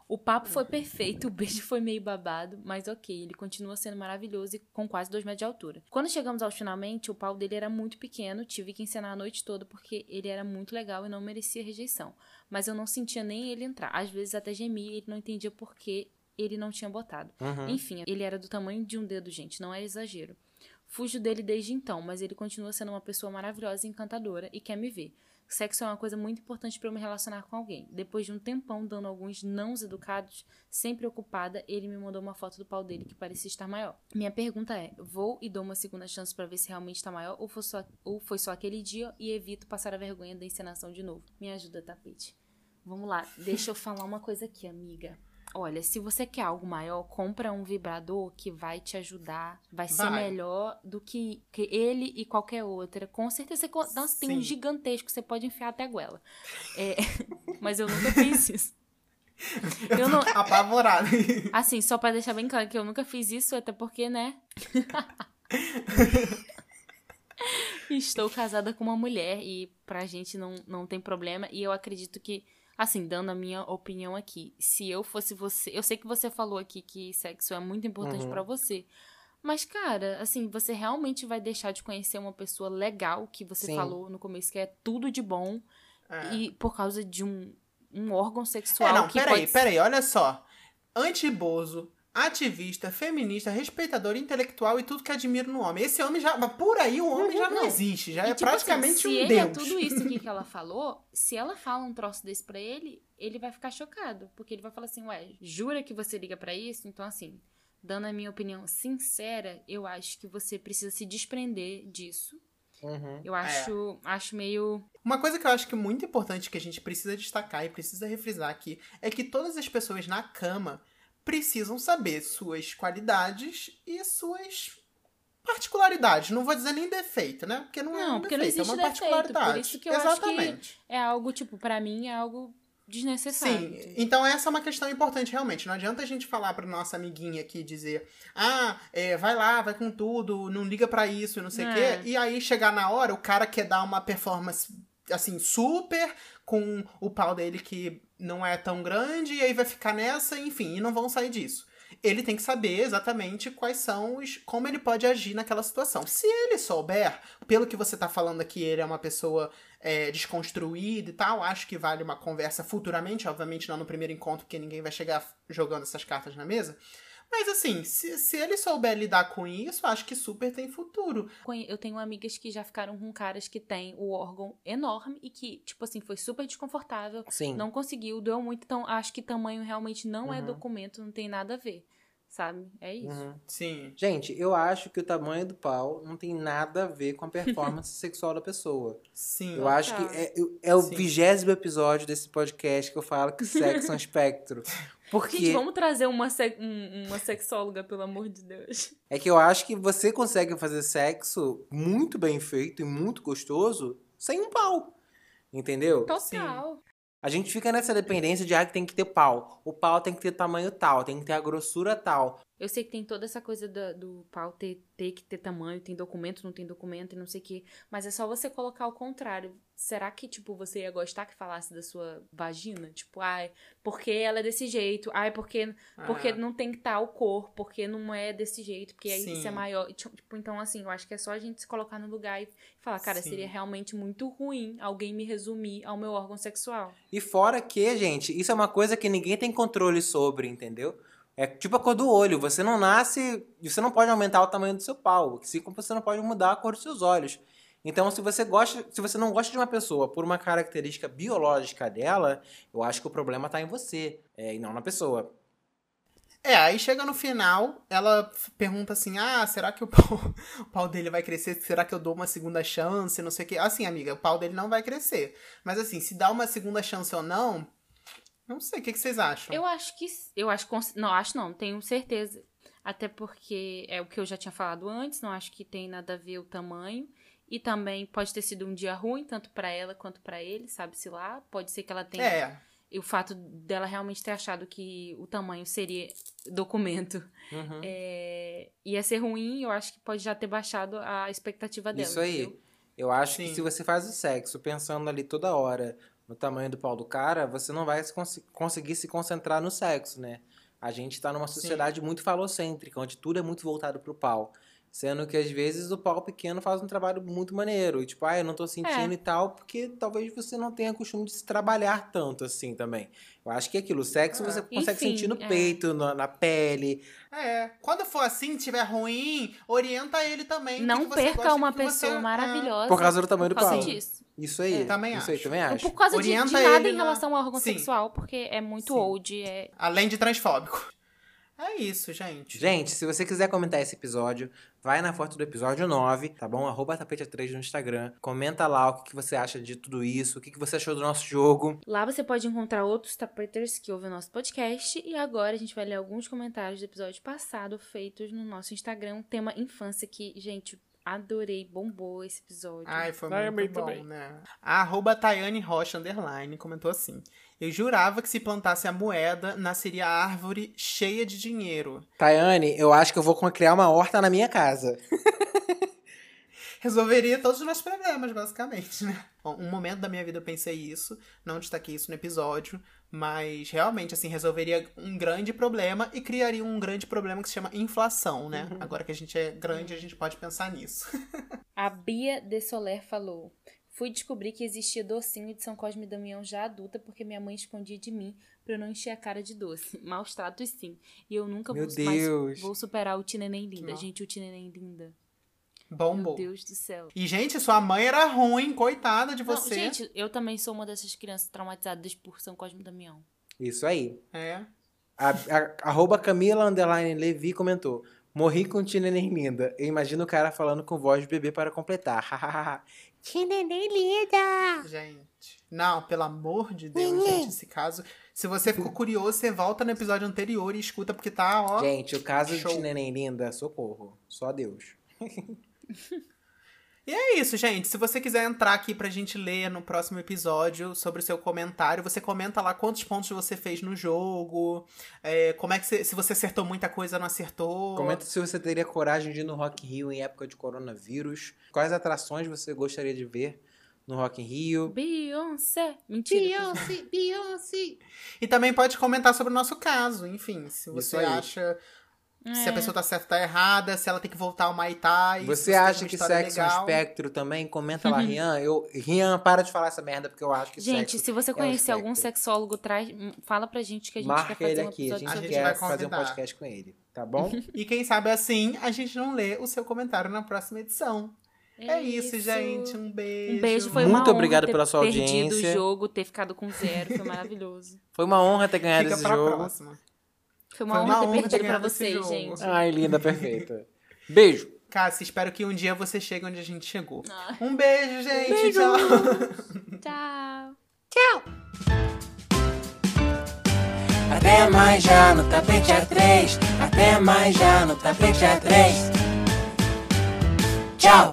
Speaker 3: O papo foi perfeito, o beijo foi meio babado, mas ok, ele continua sendo maravilhoso e com quase dois metros de altura. Quando chegamos ao finalmente, o pau dele era muito pequeno, tive que encenar a noite toda porque ele era muito legal e não merecia rejeição. Mas eu não sentia nem ele entrar. Às vezes até gemia e ele não entendia por que ele não tinha botado.
Speaker 1: Uhum.
Speaker 3: Enfim, ele era do tamanho de um dedo, gente, não é exagero. Fujo dele desde então, mas ele continua sendo uma pessoa maravilhosa e encantadora e quer me ver. Sexo é uma coisa muito importante para eu me relacionar com alguém. Depois de um tempão dando alguns nãos educados, sempre ocupada, ele me mandou uma foto do pau dele que parecia estar maior. Minha pergunta é: vou e dou uma segunda chance para ver se realmente está maior ou foi, só, ou foi só aquele dia e evito passar a vergonha da encenação de novo? Me ajuda, tapete. Vamos lá, deixa eu falar uma coisa aqui, amiga. Olha, se você quer algo maior, compra um vibrador que vai te ajudar, vai ser
Speaker 2: Vai.
Speaker 3: melhor do que, que ele e qualquer outra. Com certeza você co- nossa, tem um
Speaker 2: Sim.
Speaker 3: gigantesco, você pode enfiar até a goela. É, mas eu nunca fiz isso. Eu não,
Speaker 2: Apavorada.
Speaker 3: assim, só pra deixar bem claro que eu nunca fiz isso, até porque, né? Estou casada com uma mulher e pra gente não, não tem problema. E eu acredito que, assim, dando a minha opinião aqui, se eu fosse você. Eu sei que você falou aqui que sexo é muito importante
Speaker 1: Uhum.
Speaker 3: pra você. Mas, cara, assim, você realmente vai deixar de conhecer uma pessoa legal que você
Speaker 1: Sim.
Speaker 3: falou no começo que é tudo de bom.
Speaker 2: É.
Speaker 3: E por causa de um, um órgão sexual
Speaker 2: É, não,
Speaker 3: que
Speaker 2: peraí,
Speaker 3: pode ser-
Speaker 2: peraí, olha só. Antibozo, ativista, feminista, respeitador, intelectual e tudo que admiro no homem. Esse homem já. mas Por aí o homem já não
Speaker 3: Uhum, Não.
Speaker 2: existe, já
Speaker 3: E,
Speaker 2: é
Speaker 3: tipo assim,
Speaker 2: praticamente
Speaker 3: se
Speaker 2: um
Speaker 3: ele é
Speaker 2: deus.
Speaker 3: tudo isso aqui que ela falou, se ela fala um troço desse pra ele, ele vai ficar chocado. Porque ele vai falar assim, ué, jura que você liga pra isso? Então, assim, dando a minha opinião sincera, eu acho que você precisa se desprender disso.
Speaker 1: Uhum.
Speaker 2: É.
Speaker 3: Eu acho, acho meio.
Speaker 2: Uma coisa que eu acho que é muito importante que a gente precisa destacar e precisa refrisar aqui é que todas as pessoas na cama precisam saber suas qualidades e suas particularidades. Não vou dizer nem defeito, né? Porque não, é
Speaker 3: Não,
Speaker 2: um
Speaker 3: porque não
Speaker 2: defeito, é
Speaker 3: existe
Speaker 2: uma
Speaker 3: defeito,
Speaker 2: particularidade.
Speaker 3: por isso que eu acho que-
Speaker 2: Exatamente.
Speaker 3: É algo, tipo, pra mim é algo desnecessário.
Speaker 2: Sim, então essa é uma questão importante, realmente. Não adianta a gente falar pra nossa amiguinha aqui e dizer, ah, é, vai lá, vai com tudo, não liga pra isso, não sei o
Speaker 3: É.
Speaker 2: quê. E aí chegar na hora, o cara quer dar uma performance, assim, super, com o pau dele que não é tão grande, e aí vai ficar nessa, enfim, e não vão sair disso. Ele tem que saber exatamente quais são os. como ele pode agir naquela situação. Se ele souber, pelo que você tá falando aqui, ele é uma pessoa é, desconstruída e tal. Acho que vale uma conversa futuramente, obviamente não no primeiro encontro, porque ninguém vai chegar jogando essas cartas na mesa. Mas assim, se, se ele souber lidar com isso, acho que super tem futuro.
Speaker 3: Conhe- Eu tenho amigas que já ficaram com caras que têm o órgão enorme e que, tipo assim, foi super desconfortável.
Speaker 1: Sim.
Speaker 3: Não conseguiu, doeu muito, então acho que tamanho realmente não é
Speaker 1: Uhum.
Speaker 3: documento, não tem nada a ver, sabe? É isso.
Speaker 1: Uhum.
Speaker 2: Sim.
Speaker 1: Gente, eu acho que o tamanho do pau não tem nada a ver com a performance sexual da pessoa.
Speaker 2: Sim.
Speaker 1: Eu acho
Speaker 3: Tá.
Speaker 1: que é, eu- é o
Speaker 2: Sim.
Speaker 1: vigésimo episódio desse podcast que eu falo que sexo é um espectro. Porque
Speaker 3: Gente, vamos trazer uma, se- um- uma sexóloga, pelo amor de Deus.
Speaker 1: é que eu acho que você consegue fazer sexo muito bem feito e muito gostoso sem um pau. Entendeu?
Speaker 3: Então Total.
Speaker 1: A gente fica nessa dependência de ah, que tem que ter pau. O pau tem que ter tamanho tal, tem que ter a grossura tal.
Speaker 3: Eu sei que tem toda essa coisa da- do, pau ter, ter que ter tamanho, tem documento, não tem documento e não sei o quê. Mas é só você colocar o contrário. Será que, tipo, você ia gostar que falasse da sua vagina? Tipo, ai, porque ela é desse jeito? Ai, porque Porque
Speaker 2: É.
Speaker 3: não tem que tal cor, porque não é desse jeito, porque aí
Speaker 2: Sim.
Speaker 3: isso é maior. E, Tipo, então, assim, eu acho que é só a gente se colocar no lugar e falar, cara,
Speaker 2: Sim.
Speaker 3: seria realmente muito ruim alguém me resumir ao meu órgão sexual.
Speaker 1: E fora que, gente, isso é uma coisa que ninguém tem controle sobre, entendeu? É tipo a cor do olho. Você não nasce. Você não pode aumentar o tamanho do seu pau. Assim como você não pode mudar a cor dos seus olhos. Então, se você gosta. Se você não gosta de uma pessoa por uma característica biológica dela, eu acho que o problema tá em você. é, e não na pessoa.
Speaker 2: É, aí chega no final, ela f- pergunta assim: ah, será que o pau, o pau dele vai crescer? Será que eu dou uma segunda chance? Não sei o quê. Assim, amiga, o pau dele não vai crescer. Mas assim, se dá uma segunda chance ou não. Não sei, o que, que vocês acham?
Speaker 3: Eu acho que. Eu acho. cons- Não, acho não, tenho certeza. Até porque é o que eu já tinha falado antes, não acho que tem nada a ver o tamanho. E também pode ter sido um dia ruim, tanto pra ela quanto pra ele, sabe-se lá. Pode ser que ela tenha.
Speaker 2: É,
Speaker 3: E o fato dela realmente ter achado que o tamanho seria documento
Speaker 1: Uhum.
Speaker 3: é, ia ser ruim, eu acho que pode já ter baixado a expectativa dela.
Speaker 1: Isso aí.
Speaker 3: entendeu?
Speaker 1: Eu acho
Speaker 2: Sim.
Speaker 1: que se você faz o sexo pensando ali toda hora no tamanho do pau do cara, você não vai se cons- conseguir se concentrar no sexo, né? A gente tá numa sociedade muito falocêntrica, onde tudo é muito voltado pro pau. Sendo que às vezes o pau pequeno faz um trabalho muito maneiro. E tipo, ah, eu não tô
Speaker 2: É.
Speaker 1: sentindo e tal, porque talvez você não tenha costume de se trabalhar tanto assim também. Eu acho que é aquilo, o sexo
Speaker 2: É.
Speaker 1: você consegue
Speaker 3: Enfim,
Speaker 1: sentir no
Speaker 3: é.
Speaker 1: peito, na, na pele.
Speaker 2: é. Quando for assim, tiver ruim, orienta ele também. o que
Speaker 3: Não
Speaker 2: que você
Speaker 3: perca
Speaker 2: gosta,
Speaker 3: uma
Speaker 2: o que que você-
Speaker 3: pessoa maravilhosa
Speaker 1: Por causa do tamanho do
Speaker 3: por causa
Speaker 1: pau.
Speaker 3: disso.
Speaker 1: Isso aí.
Speaker 2: É, também
Speaker 1: isso aí,
Speaker 2: acho.
Speaker 1: também
Speaker 3: Ou
Speaker 1: acho.
Speaker 3: Por causa de, de
Speaker 2: Orienta
Speaker 3: nada
Speaker 2: ele
Speaker 3: em
Speaker 2: na-
Speaker 3: relação ao órgão
Speaker 2: Sim.
Speaker 3: sexual, porque é muito
Speaker 2: Sim.
Speaker 3: old. É...
Speaker 2: Ah, Além de transfóbico. É isso, gente.
Speaker 1: Gente, se você quiser comentar esse episódio, vai na foto do episódio 9, tá bom? Arroba tapete 3 no Instagram. Comenta lá o que, que você acha de tudo isso, o que, que você achou do nosso jogo.
Speaker 3: Lá você pode encontrar outros tapeters que ouvem o nosso podcast. E agora a gente vai ler alguns comentários do episódio passado feitos no nosso Instagram, um tema infância, que, gente, adorei, bombou esse episódio.
Speaker 2: Ai, foi
Speaker 3: é
Speaker 1: Vai,
Speaker 2: muito
Speaker 1: muito
Speaker 2: bom,
Speaker 1: bem.
Speaker 2: né? A arroba Tayane Rocha Underline comentou assim: Eu jurava que se plantasse a moeda, nasceria a árvore cheia de dinheiro.
Speaker 1: Tayane, eu acho que eu vou co- criar uma horta na minha casa.
Speaker 2: Resolveria todos os nossos problemas, basicamente, né? Bom, um momento da minha vida eu pensei isso, não destaquei isso no episódio, mas realmente, assim, resolveria um grande problema e criaria um grande problema que se chama inflação, né?
Speaker 3: Uhum.
Speaker 2: Agora que a gente é grande, a gente pode pensar nisso.
Speaker 3: A Bia de Soler falou: Fui descobrir que existia docinho de São Cosme e Damião já adulta porque minha mãe escondia de mim pra eu não encher a cara de doce. Maus tratos, sim. E eu nunca
Speaker 1: Meu
Speaker 3: vou,
Speaker 1: Deus.
Speaker 3: mais vou superar o Tineném Linda.
Speaker 2: mal.
Speaker 3: Gente, o Tineném Linda. Meu
Speaker 2: Bombou.
Speaker 3: Deus do céu.
Speaker 2: E, gente, sua mãe era ruim, coitada de
Speaker 3: Não,
Speaker 2: você.
Speaker 3: gente, eu também sou uma dessas crianças traumatizadas por São Cosme e Damião.
Speaker 1: Isso aí.
Speaker 2: É.
Speaker 1: A, a- arroba Camila Underline Levi comentou. Morri com Tineném linda. Eu imagino o cara falando com voz de bebê para completar. Tineném linda!
Speaker 2: Gente. Não, pelo amor de Deus, gente, esse caso. Se você ficou curioso, você volta no episódio anterior e escuta, porque tá, ó.
Speaker 1: Gente, o caso
Speaker 2: Show.
Speaker 1: de Tineném linda, socorro. Só Deus.
Speaker 2: E é isso, gente. Se você quiser entrar aqui pra gente ler no próximo episódio sobre o seu comentário, você comenta lá quantos pontos você fez no jogo, é, como é que você, se você acertou muita coisa, não acertou.
Speaker 1: Comenta se você teria coragem de ir no Rock in Rio em época de coronavírus. Quais atrações você gostaria de ver no Rock in Rio?
Speaker 3: Beyoncé! Mentira.
Speaker 2: Beyoncé. E também pode comentar sobre o nosso caso, enfim, se você
Speaker 1: aí.
Speaker 2: acha
Speaker 3: É.
Speaker 2: se a pessoa tá certa ou tá errada, se ela tem que voltar ao Maitai. se
Speaker 1: Você
Speaker 2: Ah, tem
Speaker 1: acha
Speaker 2: uma
Speaker 1: que
Speaker 2: história
Speaker 1: sexo é um
Speaker 2: legal. Uhum.
Speaker 1: espectro também? Comenta lá, Rian. Eu, Rian, para de falar essa merda, porque eu acho que
Speaker 3: Gente,
Speaker 1: sexo...
Speaker 3: se você
Speaker 1: um
Speaker 3: conhecer algum
Speaker 1: espectro.
Speaker 3: sexólogo, traz, hum, fala pra gente que a gente quer
Speaker 1: Marca
Speaker 3: fazer
Speaker 1: ele
Speaker 3: um
Speaker 1: aqui, a
Speaker 3: episódio
Speaker 1: gente,
Speaker 2: A
Speaker 3: sobre
Speaker 2: gente
Speaker 1: quer
Speaker 2: vai
Speaker 1: fazer um
Speaker 2: convidar.
Speaker 1: podcast com ele, tá bom?
Speaker 2: E quem sabe assim a gente não lê o seu comentário na próxima edição. É, isso, gente. Um beijo.
Speaker 3: Um beijo, foi
Speaker 1: Muito
Speaker 3: uma honra
Speaker 1: obrigado
Speaker 3: ter
Speaker 1: pela sua
Speaker 3: perdido
Speaker 1: audiência.
Speaker 3: o jogo, ter ficado com zero, foi maravilhoso.
Speaker 1: Foi uma honra ter ganhado
Speaker 2: Fica
Speaker 1: esse
Speaker 2: pra
Speaker 1: jogo.
Speaker 2: próxima.
Speaker 3: Foi uma
Speaker 2: Foi
Speaker 3: honra
Speaker 2: uma
Speaker 3: ter
Speaker 2: honra ter
Speaker 3: perdido pra
Speaker 2: ganhado esse
Speaker 3: vocês,
Speaker 2: jogo.
Speaker 3: gente.
Speaker 1: Ai, linda, perfeita. Beijo.
Speaker 2: Cássia, espero que um dia você chegue onde a gente chegou.
Speaker 3: Ah,
Speaker 2: Um beijo, gente. Tchau.
Speaker 3: tchau.
Speaker 1: Até mais já no tapete A3. Até mais já no tapete A3. Tchau.